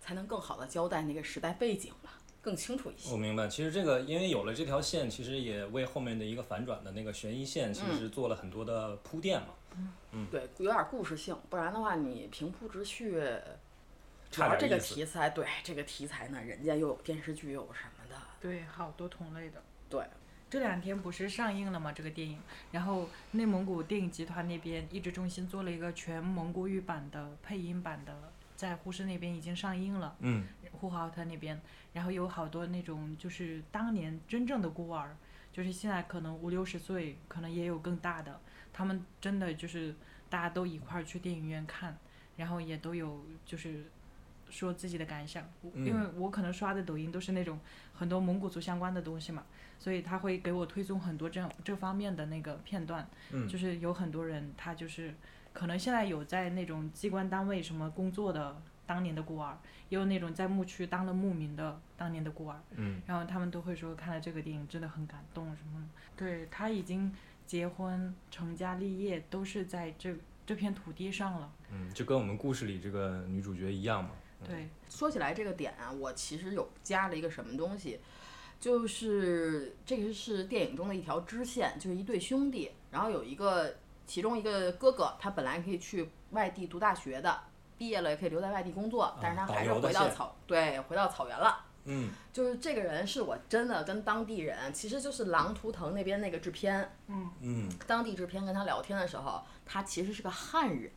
[SPEAKER 5] 才能更好的交代那个时代背景吧，更清楚一些。
[SPEAKER 4] 我明白。其实这个，因为有了这条线，其实也为后面的一个反转的那个悬疑线，其
[SPEAKER 5] 嗯
[SPEAKER 4] 实做了很多的铺垫嘛，
[SPEAKER 5] 对，有点故事性，不然的话你平铺直叙，主
[SPEAKER 4] 差
[SPEAKER 5] 要
[SPEAKER 4] 点
[SPEAKER 5] 这个
[SPEAKER 4] 意思
[SPEAKER 5] 题材，对这个题材呢，人家又有电视剧又有什么的，
[SPEAKER 6] 对，好多同类的。
[SPEAKER 5] 对，
[SPEAKER 6] 这两天不是上映了吗？这个电影，然后内蒙古电影集团那边一直中心做了一个全蒙古语版的配音版的，在呼市那边已经上映了，
[SPEAKER 4] 嗯
[SPEAKER 6] 呼和浩特那边，然后有好多那种就是当年真正的孤儿，就是现在可能五六十岁，可能也有更大的，他们真的就是大家都一块儿去电影院看，然后也都有就是说自己的感想，我
[SPEAKER 4] 嗯
[SPEAKER 6] 因为我可能刷的抖音都是那种很多蒙古族相关的东西嘛，所以他会给我推送很多这样这方面的那个片段，
[SPEAKER 4] 嗯
[SPEAKER 6] 就是有很多人他就是可能现在有在那种机关单位什么工作的当年的孤儿，也有那种在牧区当了牧民的当年的孤儿，
[SPEAKER 4] 嗯
[SPEAKER 6] 然后他们都会说看了这个电影真的很感动什么的。对他已经结婚成家立业，都是在这这片土地上了。
[SPEAKER 4] 嗯，就跟我们故事里这个女主角一样嘛，
[SPEAKER 6] 对，
[SPEAKER 5] 说起来这个点啊，我其实有加了一个什么东西，就是这个是电影中的一条支线，就是一对兄弟，然后有一个其中一个哥哥，他本来可以去外地读大学的，毕业了也可以留在外地工作，但是他还是
[SPEAKER 4] 啊导游的
[SPEAKER 5] 回到
[SPEAKER 4] 线
[SPEAKER 5] 草对回到草原了。
[SPEAKER 4] 嗯
[SPEAKER 5] 就是这个人是我真的跟当地人，其实就是狼图腾那边那个制片，
[SPEAKER 4] 嗯
[SPEAKER 5] 当地制片跟他聊天的时候，他其实是个汉人，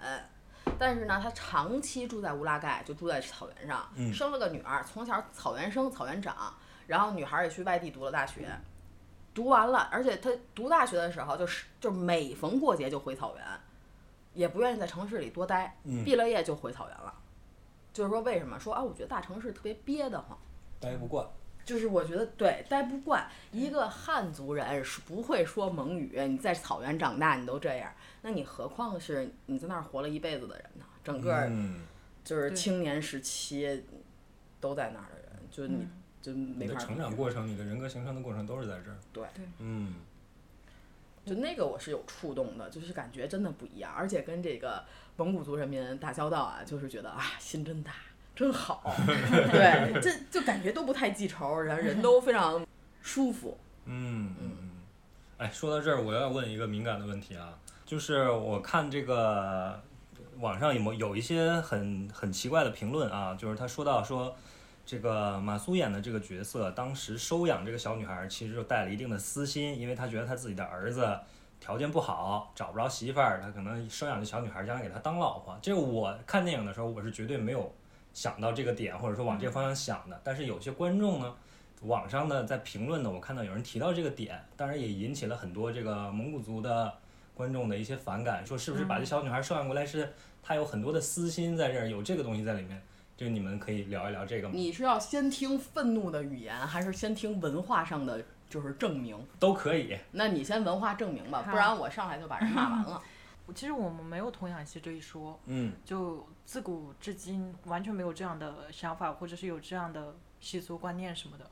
[SPEAKER 5] 但是呢，他长期住在乌拉盖，就住在草原上，
[SPEAKER 4] 嗯
[SPEAKER 5] 生了个女儿，从小草原生草原长，然后女孩也去外地读了大学，读完了，而且他读大学的时候就是就每逢过节就回草原，也不愿意在城市里多待，
[SPEAKER 4] 嗯，
[SPEAKER 5] 毕了业就回草原了。就是说，为什么说啊？我觉得大城市特别憋得慌，
[SPEAKER 4] 待不惯，
[SPEAKER 5] 就是我觉得对待不惯一个汉族人是不会说蒙语，你在草原长大你都这样，那你何况是你在那儿活了一辈子的人呢？整个
[SPEAKER 4] 嗯，
[SPEAKER 5] 就是
[SPEAKER 6] 对
[SPEAKER 5] 青年时期都在那儿的人，就你就
[SPEAKER 4] 你
[SPEAKER 5] 没
[SPEAKER 4] 的
[SPEAKER 5] 法
[SPEAKER 4] 成长过程，你的人格形成的过程都是在这儿，
[SPEAKER 5] 对
[SPEAKER 6] 对
[SPEAKER 4] 嗯
[SPEAKER 5] 就那个我是有触动的，就是感觉真的不一样，而且跟这个蒙古族人民打交道啊，就是觉得啊心真大，真好，
[SPEAKER 4] [LAUGHS]
[SPEAKER 5] 对，这就感觉都不太记仇，然后人都非常舒服，
[SPEAKER 4] 嗯嗯嗯，哎，说到这儿，我要问一个敏感的问题啊，就是我看这个网上有没有一些很很奇怪的评论啊，就是他说到说。这个马苏演的这个角色，当时收养这个小女孩，其实就带了一定的私心，因为他觉得他自己的儿子条件不好，找不着媳妇儿，他可能收养这小女孩，将来给她当老婆。这个我看电影的时候，我是绝对没有想到这个点，或者说往这个方向想的。但是有些观众呢，网上的在评论呢，我看到有人提到这个点，当然也引起了很多这个蒙古族的观众的一些反感，说是不是把这小女孩收养过来是她有很多的私心在这儿，有这个东西在里面。这你们可以聊一聊这个吗？
[SPEAKER 5] 你是要先听愤怒的语言，还是先听文化上的就是证明？
[SPEAKER 4] 都可以。
[SPEAKER 5] 那你先文化证明吧，
[SPEAKER 6] 好
[SPEAKER 5] 不然我上来就把人骂完了。
[SPEAKER 6] 我其实我们没有童养媳这一说，
[SPEAKER 4] 嗯
[SPEAKER 6] 就自古至今完全没有这样的想法，或者是有这样的习俗观念什么的，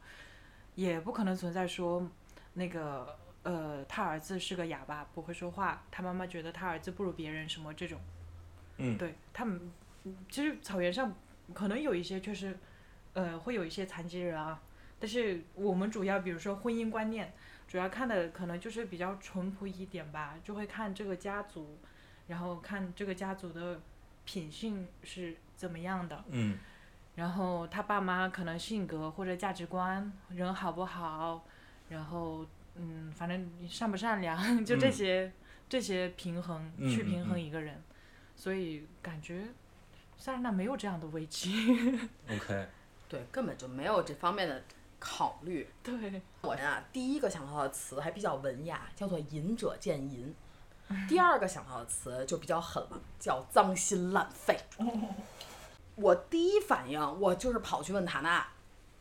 [SPEAKER 6] 也不可能存在说那个呃他儿子是个哑巴不会说话，他妈妈觉得他儿子不如别人什么这种。
[SPEAKER 4] 嗯
[SPEAKER 6] 对他们，嗯其实草原上可能有一些确实呃会有一些残疾人啊，但是我们主要比如说婚姻观念，主要看的可能就是比较淳朴一点吧，就会看这个家族，然后看这个家族的品性是怎么样的，
[SPEAKER 4] 嗯
[SPEAKER 6] 然后他爸妈可能性格或者价值观，人好不好，然后嗯，反正你善不善良， [LAUGHS] 就这些、这些平衡、
[SPEAKER 4] 嗯
[SPEAKER 6] 去
[SPEAKER 4] 嗯
[SPEAKER 6] 平衡
[SPEAKER 4] 嗯
[SPEAKER 6] 一个人，所以感觉塞尔纳没有这样的危机， [LAUGHS]
[SPEAKER 4] ，OK，
[SPEAKER 5] 对，根本就没有这方面的考虑。
[SPEAKER 6] 对，
[SPEAKER 5] 我呀，第一个想到的词还比较文雅，叫做“淫者见淫”。第二个想到的词就比较狠了，叫“脏心烂肺”。我第一反应，我就是跑去问塔纳，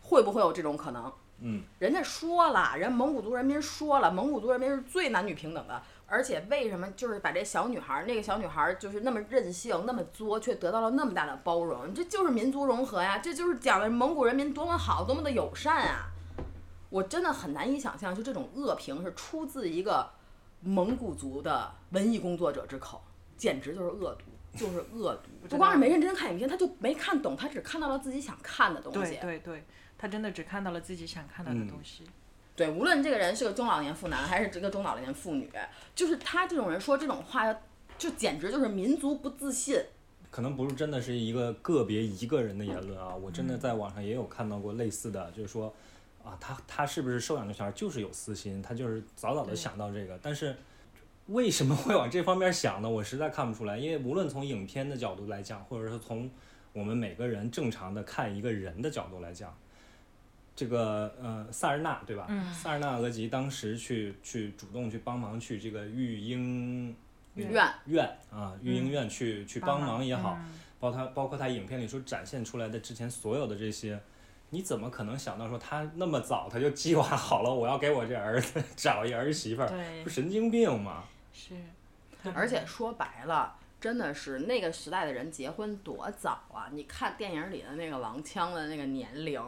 [SPEAKER 5] 会不会有这种可能？
[SPEAKER 4] 嗯
[SPEAKER 5] 人家说了，人家蒙古族人民说了，蒙古族人民是最男女平等的。而且为什么就是把这小女孩儿，那个小女孩儿就是那么任性，那么作，却得到了那么大的包容？这就是民族融合呀，这就是讲的蒙古人民多么好，多么的友善啊！我真的很难以想象，就这种恶评是出自一个蒙古族的文艺工作者之口，简直就是恶毒，就是恶毒。不光是没认真看影片，他就没看懂，他只看到了自己想看的东西
[SPEAKER 6] 对。对对，他真的只看到了自己想看到的
[SPEAKER 4] 嗯
[SPEAKER 6] 东西，
[SPEAKER 5] 对，无论这个人是个中老年妇男还是一个中老年妇女，就是他这种人说这种话，就简直就是民族不自信。
[SPEAKER 4] 可能不是真的是一个个别一个人的言论啊，我真的在网上也有看到过类似的，就是说啊，他他是不是收养这小孩就是有私心，他就是早早的想到这个，但是为什么会往这方面想呢？我实在看不出来，因为无论从影片的角度来讲，或者是从我们每个人正常的看一个人的角度来讲。这个呃，萨尔纳对吧？萨尔纳额吉当时去去主动去帮忙去这个育婴
[SPEAKER 5] 愿
[SPEAKER 4] 院啊，育婴院去、去帮忙也好，
[SPEAKER 6] 嗯
[SPEAKER 4] 包括他包括他影片里所展现出来的之前所有的这些，你怎么可能想到说他那么早他就计划好了，我要给我这儿子找一儿媳妇儿，
[SPEAKER 6] 对
[SPEAKER 4] 不，神经病吗？
[SPEAKER 6] 是，
[SPEAKER 5] 而且说白了，真的是那个时代的人结婚多早啊！你看电影里的那个郎枪的那个年龄，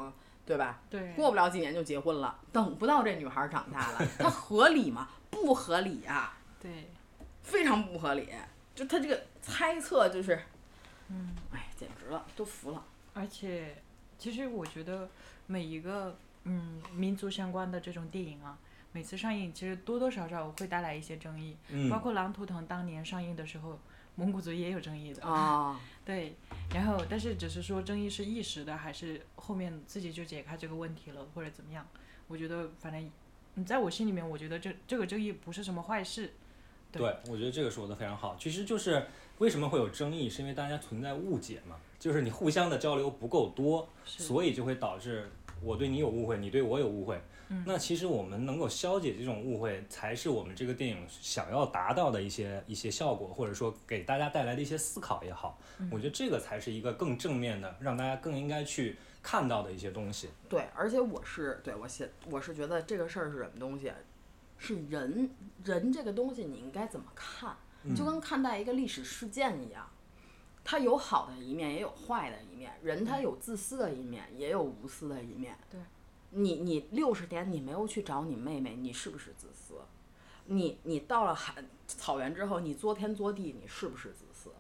[SPEAKER 5] 对吧？
[SPEAKER 6] 对
[SPEAKER 5] 过不了几年就结婚了，等不到这女孩长大了，她合理吗？不合理啊！
[SPEAKER 6] 对，
[SPEAKER 5] 非常不合理。就他这个猜测，就是，嗯，哎，简直了，都服了。
[SPEAKER 6] 而且，其实我觉得每一个嗯民族相关的这种电影啊，每次上映其实多多少少会带来一些争议，
[SPEAKER 4] 嗯
[SPEAKER 6] 包括《狼图腾》当年上映的时候，蒙古族也有争议的。
[SPEAKER 5] 啊，
[SPEAKER 6] 对，然后但是只是说争议是一时的，还是后面自己就解开这个问题了，或者怎么样？我觉得反正嗯在我心里面，我觉得这这个争议不是什么坏事。对
[SPEAKER 4] 对，我觉得这个说的非常好。其实就是为什么会有争议，是因为大家存在误解嘛，就是你互相的交流不够多，
[SPEAKER 6] 是
[SPEAKER 4] 所以就会导致我对你有误会，你对我有误会。那其实我们能够消解这种误会，才是我们这个电影想要达到的一些一些效果，或者说给大家带来的一些思考也好。我觉得这个才是一个更正面的，让大家更应该去看到的一些东西。
[SPEAKER 5] 对，而且我是对我现我是觉得这个事儿是什么东西，是人人这个东西你应该怎么看，就跟看待一个历史事件一样。它有好的一面，也有坏的一面。人他有自私的一面，也有无私的一面。
[SPEAKER 6] 对，
[SPEAKER 5] 你你六十年你没有去找你妹妹，你是不是自私？你你到了海草原之后，你作天作地，你是不是自私？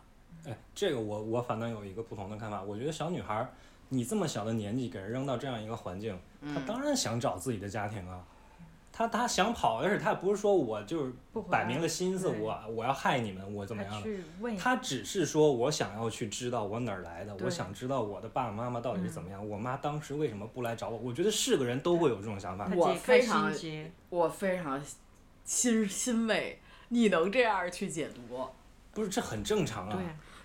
[SPEAKER 4] 哎，这个我我反倒有一个不同的看法。我觉得小女孩儿，你这么小的年纪给人扔到这样一个环境，
[SPEAKER 6] 嗯
[SPEAKER 4] 她
[SPEAKER 5] 嗯
[SPEAKER 4] 当然想找自己的家庭啊。她她想跑，而且她也不是说我就是
[SPEAKER 6] 不回
[SPEAKER 4] 摆
[SPEAKER 6] 来
[SPEAKER 4] 明了心思，
[SPEAKER 6] 对
[SPEAKER 4] 我我要害你们，我怎么
[SPEAKER 6] 还
[SPEAKER 4] 样的。
[SPEAKER 6] 去问一下，
[SPEAKER 4] 她只是说我想要去知道我哪儿来的，
[SPEAKER 6] 对嗯
[SPEAKER 4] 我想知道我的爸爸妈妈到底是怎么样，我妈当时为什么不来找我？我觉得是个人都会有这种想法
[SPEAKER 6] 他。
[SPEAKER 5] 我
[SPEAKER 6] 解
[SPEAKER 5] 非
[SPEAKER 6] 开
[SPEAKER 5] 常
[SPEAKER 6] 心结。
[SPEAKER 5] 我非常欣欣慰，你能这样去解读。
[SPEAKER 4] 不是，这很正常啊。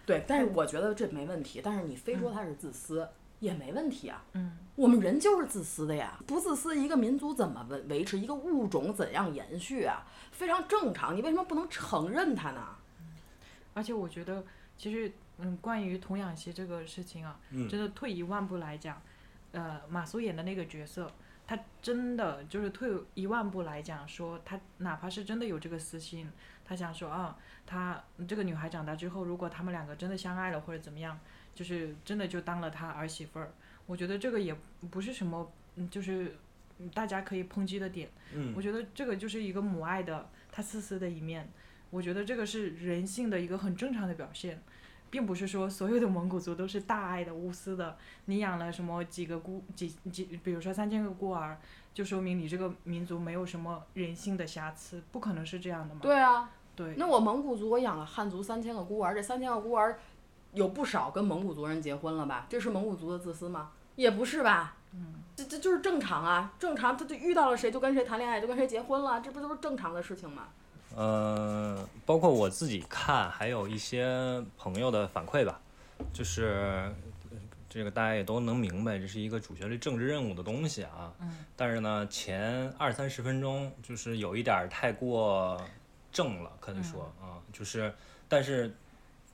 [SPEAKER 6] 对，
[SPEAKER 5] 对，但是
[SPEAKER 6] 嗯
[SPEAKER 5] 我觉得这没问题。但是你非说他是自私，也没问题啊。
[SPEAKER 6] 嗯，
[SPEAKER 5] 我们人就是自私的呀，不自私，一个民族怎么维维持，一个物种怎样延续啊？非常正常。你为什么不能承认它呢？
[SPEAKER 6] 而且我觉得，其实，嗯，关于童养媳这个事情啊，
[SPEAKER 4] 嗯
[SPEAKER 6] 真的退一万步来讲，呃，马苏演的那个角色，他真的就是退一万步来讲，说他哪怕是真的有这个私心，他想说啊，他这个女孩长大之后，如果他们两个真的相爱了或者怎么样，就是真的就当了他儿媳妇儿，我觉得这个也不是什么，嗯，就是嗯大家可以抨击的点。
[SPEAKER 4] 嗯
[SPEAKER 6] 我觉得这个就是一个母爱的，它自私的一面。我觉得这个是人性的一个很正常的表现。并不是说所有的蒙古族都是大爱的、无私的。你养了什么几个孤几几，比如说三千个孤儿，就说明你这个民族没有什么人性的瑕疵，不可能是这样的嘛。
[SPEAKER 5] 对啊，
[SPEAKER 6] 嗯对
[SPEAKER 5] 那我蒙古族我养了汉族三千个孤儿，这三千个孤儿有不少跟蒙古族人结婚了吧？这是蒙古族的自私吗？也不是吧。嗯，这这就是正常啊，正常他就遇到了谁就跟谁谈恋爱，就跟谁结婚了，这不都是正常的事情吗？
[SPEAKER 4] 呃，包括我自己看，还有一些朋友的反馈吧，就是呃这个大家也都能明白，这是一个主旋律政治任务的东西啊。
[SPEAKER 6] 嗯。
[SPEAKER 4] 但是呢，前二三十分钟就是有一点儿太过正了，可以说啊、就是，但是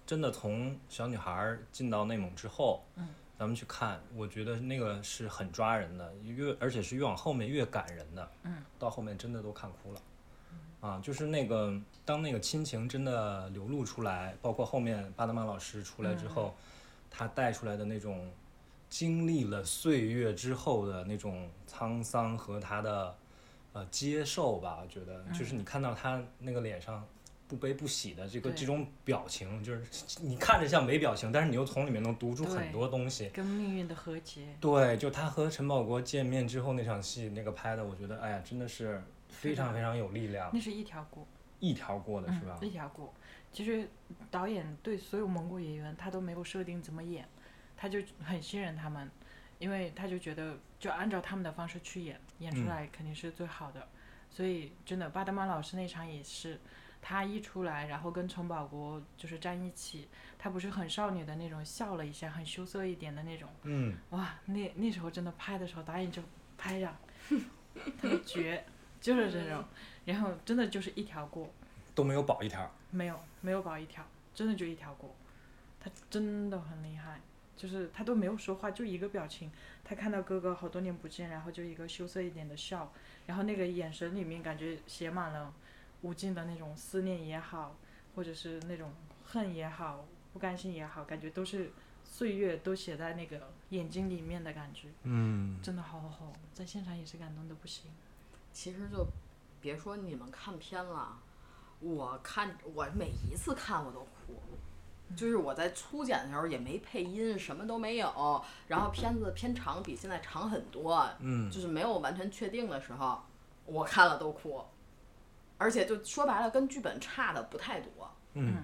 [SPEAKER 4] 真的从小女孩儿进到内蒙之后，
[SPEAKER 6] 嗯，
[SPEAKER 4] 咱们去看，我觉得那个是很抓人的，越而且是越往后面越感人的，
[SPEAKER 6] 嗯，
[SPEAKER 4] 到后面真的都看哭了。啊，就是那个当那个亲情真的流露出来，包括后面巴德曼老师出来之后，
[SPEAKER 6] 嗯
[SPEAKER 4] 他带出来的那种经历了岁月之后的那种沧桑和他的呃接受吧，我觉得就是你看到他那个脸上不悲不喜的这个
[SPEAKER 6] 嗯对
[SPEAKER 4] 这种表情，就是你看着像没表情，但是你又从里面能读出很
[SPEAKER 6] 对
[SPEAKER 4] 多东西。
[SPEAKER 6] 跟命运的和解。
[SPEAKER 4] 对，就他和陈宝国见面之后那场戏，那个拍的，我觉得哎呀，真的是非常非常有力量，
[SPEAKER 6] 那是一条过，
[SPEAKER 4] 一条过的是吧？
[SPEAKER 6] 嗯、一条过。其实导演对所有蒙古演员他都没有设定怎么演，他就很信任他们，因为他就觉得就按照他们的方式去演，演出
[SPEAKER 4] 嗯
[SPEAKER 6] 来肯定是最好的。所以真的，巴德曼老师那场也是，他一出来，然后跟陈宝国就是站一起，他不是很少女的那种笑了一下，很羞涩一点的那种，
[SPEAKER 4] 嗯，
[SPEAKER 6] 哇，那那时候真的拍的时候，导演就拍上，特别绝，就是这种，然后真的就是一条过，
[SPEAKER 4] 都没有保一条。
[SPEAKER 6] 没有没有保一条，真的就一条过，他真的很厉害，就是他都没有说话，就一个表情，他看到哥哥好多年不见，然后就一个羞涩一点的笑，然后那个眼神里面感觉写满了无尽的那种思念也好，或者是那种恨也好，不甘心也好，感觉都是岁月都写在那个眼睛里面的感觉。
[SPEAKER 4] 嗯，
[SPEAKER 6] 真的好好，在现场也是感动的不行。
[SPEAKER 5] 其实就别说你们看片了，我看我每一次看我都哭，
[SPEAKER 6] 嗯
[SPEAKER 5] 就是我在初剪的时候也没配音，什么都没有，然后片子片长比现在长很多，
[SPEAKER 4] 嗯
[SPEAKER 5] 就是没有完全确定的时候，我看了都哭，而且就说白了跟剧本差的不太多。
[SPEAKER 4] 嗯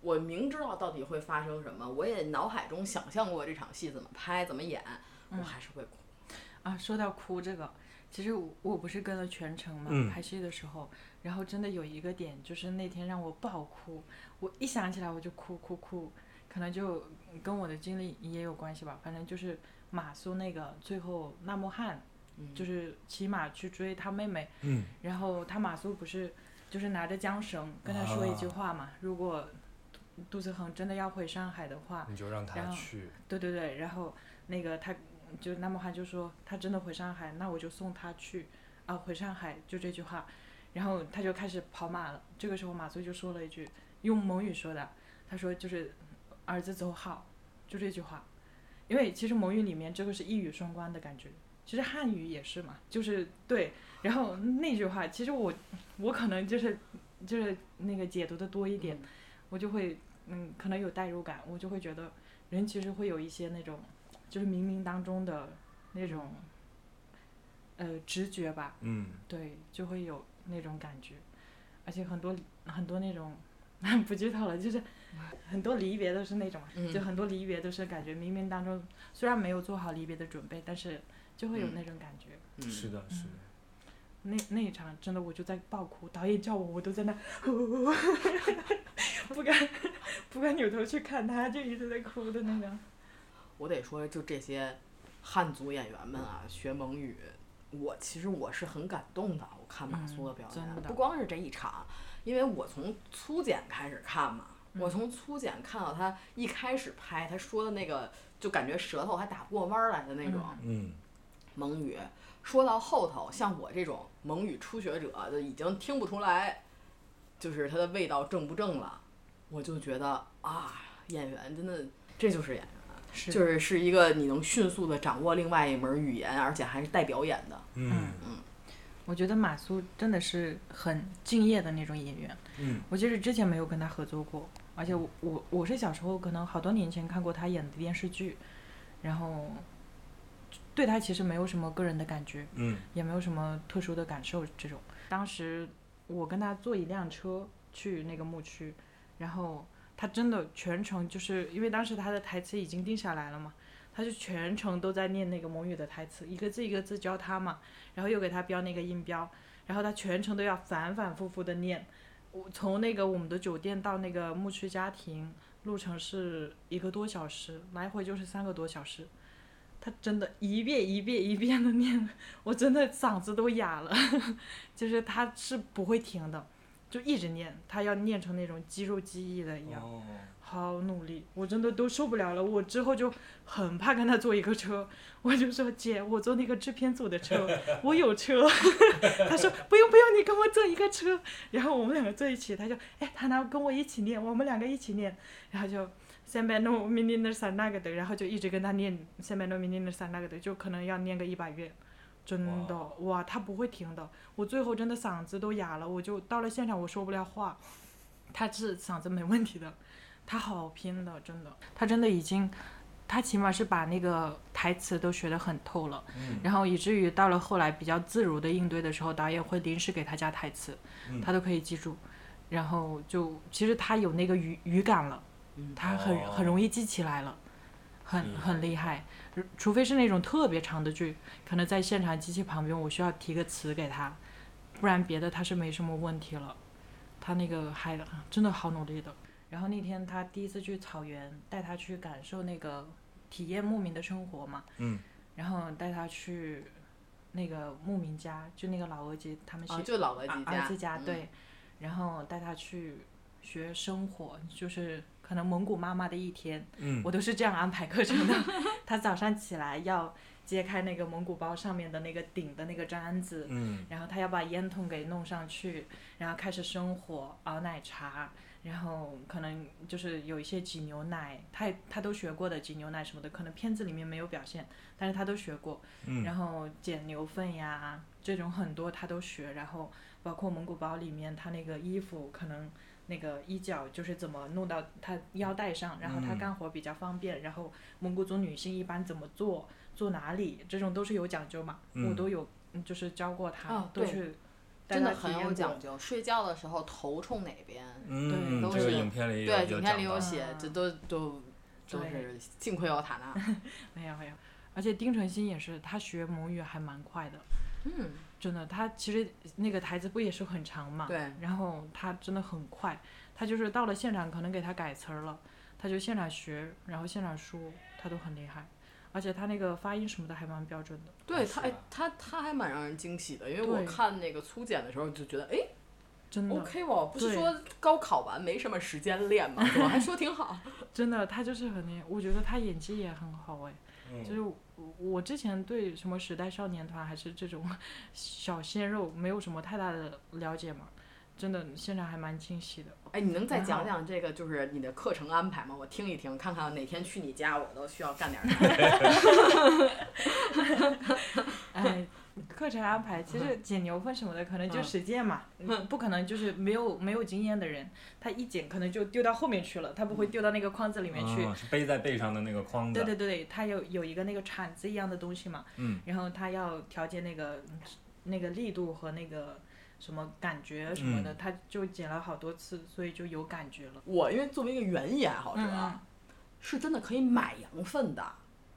[SPEAKER 5] 我明知道到底会发生什么，我也脑海中想象过这场戏怎么拍、怎么演，
[SPEAKER 6] 嗯
[SPEAKER 5] 我还是会哭。
[SPEAKER 6] 啊，说到哭这个，其实我我不是跟了全程嘛，
[SPEAKER 4] 嗯
[SPEAKER 6] 拍戏的时候，然后真的有一个点，就是那天让我爆哭，我一想起来我就哭哭哭，可能就跟我的经历也有关系吧，反正就是马苏那个最后纳木汗，
[SPEAKER 5] 嗯
[SPEAKER 6] 就是骑马去追他妹妹，
[SPEAKER 4] 嗯，
[SPEAKER 6] 然后他马苏不是就是拿着缰绳跟他说一句
[SPEAKER 4] 啊
[SPEAKER 6] 话嘛，如果杜子恒真的要回上海的话，
[SPEAKER 4] 嗯你就让他
[SPEAKER 6] 然后
[SPEAKER 4] 去。
[SPEAKER 6] 对对对，然后那个他就那么汉就说他真的回上海，那我就送他去啊，回上海就这句话，然后他就开始跑马了。这个时候马苏就说了一句用蒙语说的，他说就是儿子走好，就这句话，因为其实蒙语里面这个是一语双关的感觉。其实汉语也是嘛，就是对，然后那句话，其实我我可能就是就是那个解读的多一点，我就会嗯，可能有代入感，我就会觉得人其实会有一些那种，就是冥冥当中的那种，呃，直觉吧，
[SPEAKER 4] 嗯，
[SPEAKER 6] 对，就会有那种感觉，而且很多很多那种， [LAUGHS] 不剧透了，就是很多离别都是那种，
[SPEAKER 5] 嗯
[SPEAKER 6] 就很多离别都是感觉冥冥当中虽然没有做好离别的准备，但是就会有那种感觉。
[SPEAKER 5] 嗯
[SPEAKER 4] 是的，是的。
[SPEAKER 6] 那那一场真的我就在爆哭，导演叫我，我都在那， [LAUGHS] 不敢不敢扭头去看他，就一直在哭的那个。
[SPEAKER 5] 我得说，就这些汉族演员们啊，学蒙语，我其实我是很感动的。我看马苏的表演，
[SPEAKER 6] 嗯真的
[SPEAKER 5] 不光是这一场，因为我从粗剪开始看嘛，
[SPEAKER 6] 嗯
[SPEAKER 5] 我从粗剪看到他一开始拍他说的那个，就感觉舌头还打不过弯儿来的那种
[SPEAKER 4] 嗯
[SPEAKER 5] 蒙语。说到后头，像我这种蒙语初学者，就已经听不出来，就是它的味道正不正了。我就觉得啊，演员真的，这就是演员。
[SPEAKER 6] 是
[SPEAKER 5] 就是是一个你能迅速的掌握另外一门语言，而且还是带表演的。
[SPEAKER 4] 嗯
[SPEAKER 6] 我觉得马苏真的是很敬业的那种演员。
[SPEAKER 4] 嗯
[SPEAKER 6] 我其实之前没有跟他合作过，而且我我我是小时候可能好多年前看过他演的电视剧，然后对他其实没有什么个人的感觉，
[SPEAKER 4] 嗯，
[SPEAKER 6] 也没有什么特殊的感受这种。当时我跟他坐一辆车去那个牧区，然后他真的全程就是因为当时他的台词已经定下来了嘛，他就全程都在念那个蒙语的台词，一个字一个字教他嘛，然后又给他标那个音标，然后他全程都要反反复复的念。我从那个我们的酒店到那个牧区家庭，路程是一个多小时，来回就是三个多小时。他真的一遍一遍一遍的 [LAUGHS] 念，我真的嗓子都哑了， [LAUGHS] 就是他是不会停的，就一直念，他要念成那种肌肉记忆的一样，
[SPEAKER 4] 哦，
[SPEAKER 6] 好努力，我真的都受不了了，我之后就很怕跟他坐一个车，我就说姐，我坐那个制片组的车，我有车， [LAUGHS] 他说不用不用，你跟我坐一个车，然后我们两个坐一起，他就哎，他拿跟我一起念，我们两个一起念，然后就。三百诺米尼那三那个的，然后就一直跟他念三百诺米尼那三那个的，就可能要念个一百遍，真的哇，他不会停的。我最后真的嗓子都哑了，我就到了现场我说不了话，他是嗓子没问题的，他好拼的，真的，他真的已经，他起码是把那个台词都学得很透了，
[SPEAKER 4] 嗯
[SPEAKER 6] 然后以至于到了后来比较自如的应对的时候，导演会临时给他加台词，
[SPEAKER 4] 嗯
[SPEAKER 6] 他都可以记住，然后就其实他有那个语语感了，他很
[SPEAKER 4] 哦
[SPEAKER 6] 很容易记起来了。很
[SPEAKER 4] 嗯
[SPEAKER 6] 很厉害，如除非是那种特别长的剧，可能在现场机器旁边，我需要提个词给他，不然别的他是没什么问题了。他那个还真的好努力的。然后那天他第一次去草原，带他去感受那个体验牧民的生活嘛，
[SPEAKER 4] 嗯，
[SPEAKER 6] 然后带他去那个牧民家，就那个老额吉他们是
[SPEAKER 5] 啊，就老额
[SPEAKER 6] 啊
[SPEAKER 5] 吉
[SPEAKER 6] 儿
[SPEAKER 5] 家，
[SPEAKER 6] 子家
[SPEAKER 5] 嗯，
[SPEAKER 6] 对，然后带他去学生火，就是可能蒙古妈妈的一天，
[SPEAKER 4] 嗯
[SPEAKER 6] 我都是这样安排课程的。 [LAUGHS] 他早上起来要揭开那个蒙古包上面的那个顶的那个毡子，
[SPEAKER 4] 嗯
[SPEAKER 6] 然后他要把烟筒给弄上去，然后开始生火熬奶茶，然后可能就是有一些挤牛奶，他也他都学过的挤牛奶什么的，可能片子里面没有表现，但是他都学过。
[SPEAKER 4] 嗯
[SPEAKER 6] 然后剪牛粪呀这种很多他都学，然后包括蒙古包里面他那个衣服可能。那个衣角就是怎么弄到他腰带上，然后他
[SPEAKER 4] 嗯
[SPEAKER 6] 干活比较方便，然后蒙古族女性一般怎么做，做哪里，这种都是有讲究嘛，我
[SPEAKER 4] 嗯
[SPEAKER 6] 都有嗯，就是教过他，
[SPEAKER 5] 哦
[SPEAKER 6] 都
[SPEAKER 5] 对
[SPEAKER 6] 去带
[SPEAKER 5] 真的
[SPEAKER 6] 他体
[SPEAKER 5] 很有
[SPEAKER 6] 验
[SPEAKER 5] 讲
[SPEAKER 6] 过。
[SPEAKER 5] 究。睡觉的时候头冲哪边？
[SPEAKER 4] 嗯，
[SPEAKER 5] 都
[SPEAKER 4] 这个
[SPEAKER 5] 是
[SPEAKER 4] 影片里有
[SPEAKER 5] 对，
[SPEAKER 4] 有讲
[SPEAKER 5] 影片里
[SPEAKER 4] 到
[SPEAKER 5] 有写，这
[SPEAKER 6] 嗯
[SPEAKER 5] 都都都
[SPEAKER 6] 对
[SPEAKER 5] 是幸亏有塔
[SPEAKER 6] [LAUGHS]
[SPEAKER 5] 纳。
[SPEAKER 6] 没有没有，哎而且丁程鑫也是，他学蒙语还蛮快的，
[SPEAKER 5] 嗯，
[SPEAKER 6] 真的，他其实那个台词不也是很长嘛， [LAUGHS]
[SPEAKER 5] 对，
[SPEAKER 6] 然后他真的很快，他就是到了现场可能给他改词儿了，他就现场学，然后现场说，他都很厉害，而且他那个发音什么的还蛮标准的，
[SPEAKER 5] 对
[SPEAKER 4] 是啊
[SPEAKER 5] 他，哎
[SPEAKER 4] 吧
[SPEAKER 5] 他他还蛮让人惊喜的，因为我
[SPEAKER 6] 对
[SPEAKER 5] 看那个粗剪的时候就觉得，哎
[SPEAKER 6] 真的
[SPEAKER 5] ，OK 哦，不是
[SPEAKER 6] 对
[SPEAKER 5] 说高考完没什么时间练嘛，我还说挺
[SPEAKER 6] [LAUGHS]
[SPEAKER 5] 好。
[SPEAKER 6] 真的，他就是很厉害，我觉得他演技也很好哎。
[SPEAKER 4] 嗯
[SPEAKER 6] 就是我我之前对什么时代少年团还是这种小鲜肉没有什么太大的了解嘛，真的现场还蛮惊喜的。
[SPEAKER 5] 哎，你能再
[SPEAKER 6] 蛮好
[SPEAKER 5] 讲讲这个就是你的课程安排吗？我听一听，看看哪天去你家我都需要干点啥。
[SPEAKER 6] 哎，课程安排其实剪牛粪什么的，可能就
[SPEAKER 5] 嗯
[SPEAKER 6] 实践嘛，不可能就是没有没有经验的人，他一剪可能就丢到后面去了，他不会丢到那个筐子里面去。
[SPEAKER 4] 啊是背在背上的那个框子，
[SPEAKER 6] 对对对对，它有有一个那个铲子一样的东西嘛，
[SPEAKER 4] 嗯，
[SPEAKER 6] 然后它要调节那个嗯那个力度和那个什么感觉什
[SPEAKER 4] 嗯
[SPEAKER 6] 么的，他就剪了好多次，所以就有感觉了。
[SPEAKER 5] 我因为作为一个园艺爱好者，
[SPEAKER 6] 嗯
[SPEAKER 5] 是真的可以买羊粪的。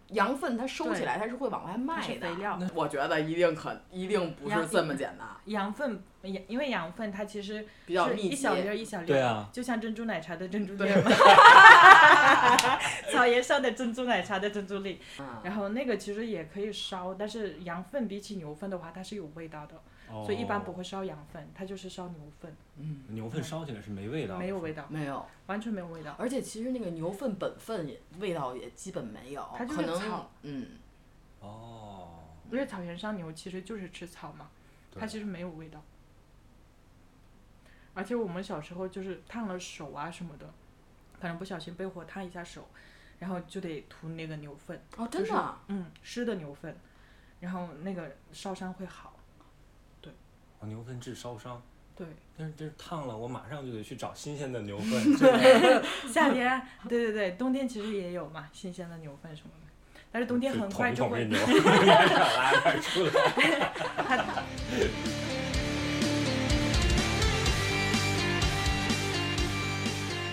[SPEAKER 5] 羊粪它收起来，它是会往外卖
[SPEAKER 6] 它
[SPEAKER 5] 的
[SPEAKER 6] 是肥料。
[SPEAKER 5] 我觉得一定可一定不是这么简单，
[SPEAKER 6] 羊粪，羊因为羊粪它其实
[SPEAKER 5] 比较
[SPEAKER 6] 是
[SPEAKER 5] 密
[SPEAKER 6] 一
[SPEAKER 5] 集
[SPEAKER 6] 小。粒儿一小粒儿，
[SPEAKER 4] 对啊
[SPEAKER 6] 就像珍珠奶茶的珍珠粒儿嘛，
[SPEAKER 5] [LAUGHS]
[SPEAKER 6] [LAUGHS] 草原上的珍珠奶茶的珍珠粒。
[SPEAKER 5] 嗯，
[SPEAKER 6] 然后那个其实也可以烧，但是羊粪比起牛粪的话，它是有味道的，
[SPEAKER 4] 哦
[SPEAKER 6] 所以一般不会烧羊粪，它就是烧牛粪，
[SPEAKER 4] 牛粪烧起来是没味道的，
[SPEAKER 6] 没有味
[SPEAKER 4] 道，
[SPEAKER 6] 道，
[SPEAKER 5] 没有。
[SPEAKER 6] 完全没有味道。
[SPEAKER 5] 而且其实那个牛粪本粪也味道也基本没有，
[SPEAKER 6] 它就是
[SPEAKER 5] 可能
[SPEAKER 6] 草
[SPEAKER 5] 嗯，
[SPEAKER 4] 哦，
[SPEAKER 6] 因为草原上牛其实就是吃草嘛，它
[SPEAKER 4] 对
[SPEAKER 6] 其实没有味道。而且我们小时候就是烫了手啊什么的，可能不小心被火烫一下手，然后就得涂那个牛粪，
[SPEAKER 5] 哦，真的啊，
[SPEAKER 6] 嗯，湿的牛粪，然后那个烧伤会好。
[SPEAKER 4] 哦牛粪治烧伤，
[SPEAKER 6] 对，
[SPEAKER 4] 但是这是烫了，我马上就得去找新鲜的
[SPEAKER 6] [LAUGHS]
[SPEAKER 4] 牛粪。这个
[SPEAKER 6] 夏天，对对对，冬天其实也有嘛，新鲜的牛粪什么的，但是冬天很快就
[SPEAKER 4] 捅一
[SPEAKER 6] 会
[SPEAKER 4] 捅
[SPEAKER 6] [LAUGHS]
[SPEAKER 4] 这牛， [LAUGHS] 拉点儿拉点儿出来。 [LAUGHS]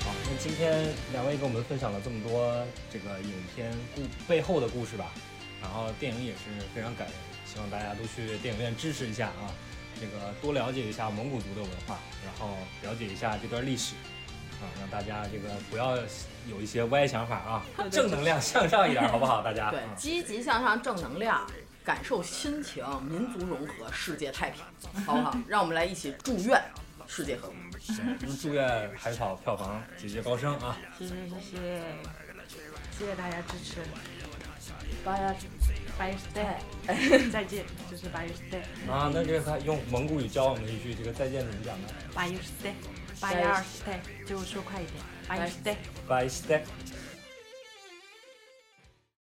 [SPEAKER 4] 好，那今天两位给我们分享了这么多这个影片故背后的故事吧，然后电影也是非常感人，希望大家都去电影院支持一下啊，这个多了解一下蒙古族的文化，然后了解一下这段历史。啊，让大家这个不要有一些歪想法啊，正能量向上一点，好不好？大家
[SPEAKER 5] 对，
[SPEAKER 4] 啊
[SPEAKER 5] 积极向上，正能量，感受亲情，民族融合，世界太平，好不好？让我们来一起祝愿世界和平。
[SPEAKER 4] 嗯祝愿《海草》票房节节高升啊！
[SPEAKER 6] 谢嗯谢谢谢，谢谢大家支持，
[SPEAKER 5] 八呀，
[SPEAKER 6] 八月十 day，再见，就是八月十 day，
[SPEAKER 4] 啊，那这个他用蒙古语教我们的一句这个再见怎么讲呢？
[SPEAKER 6] 八月十 day，八月二十 day，就说快一点，八月十 day，
[SPEAKER 4] 拜 step，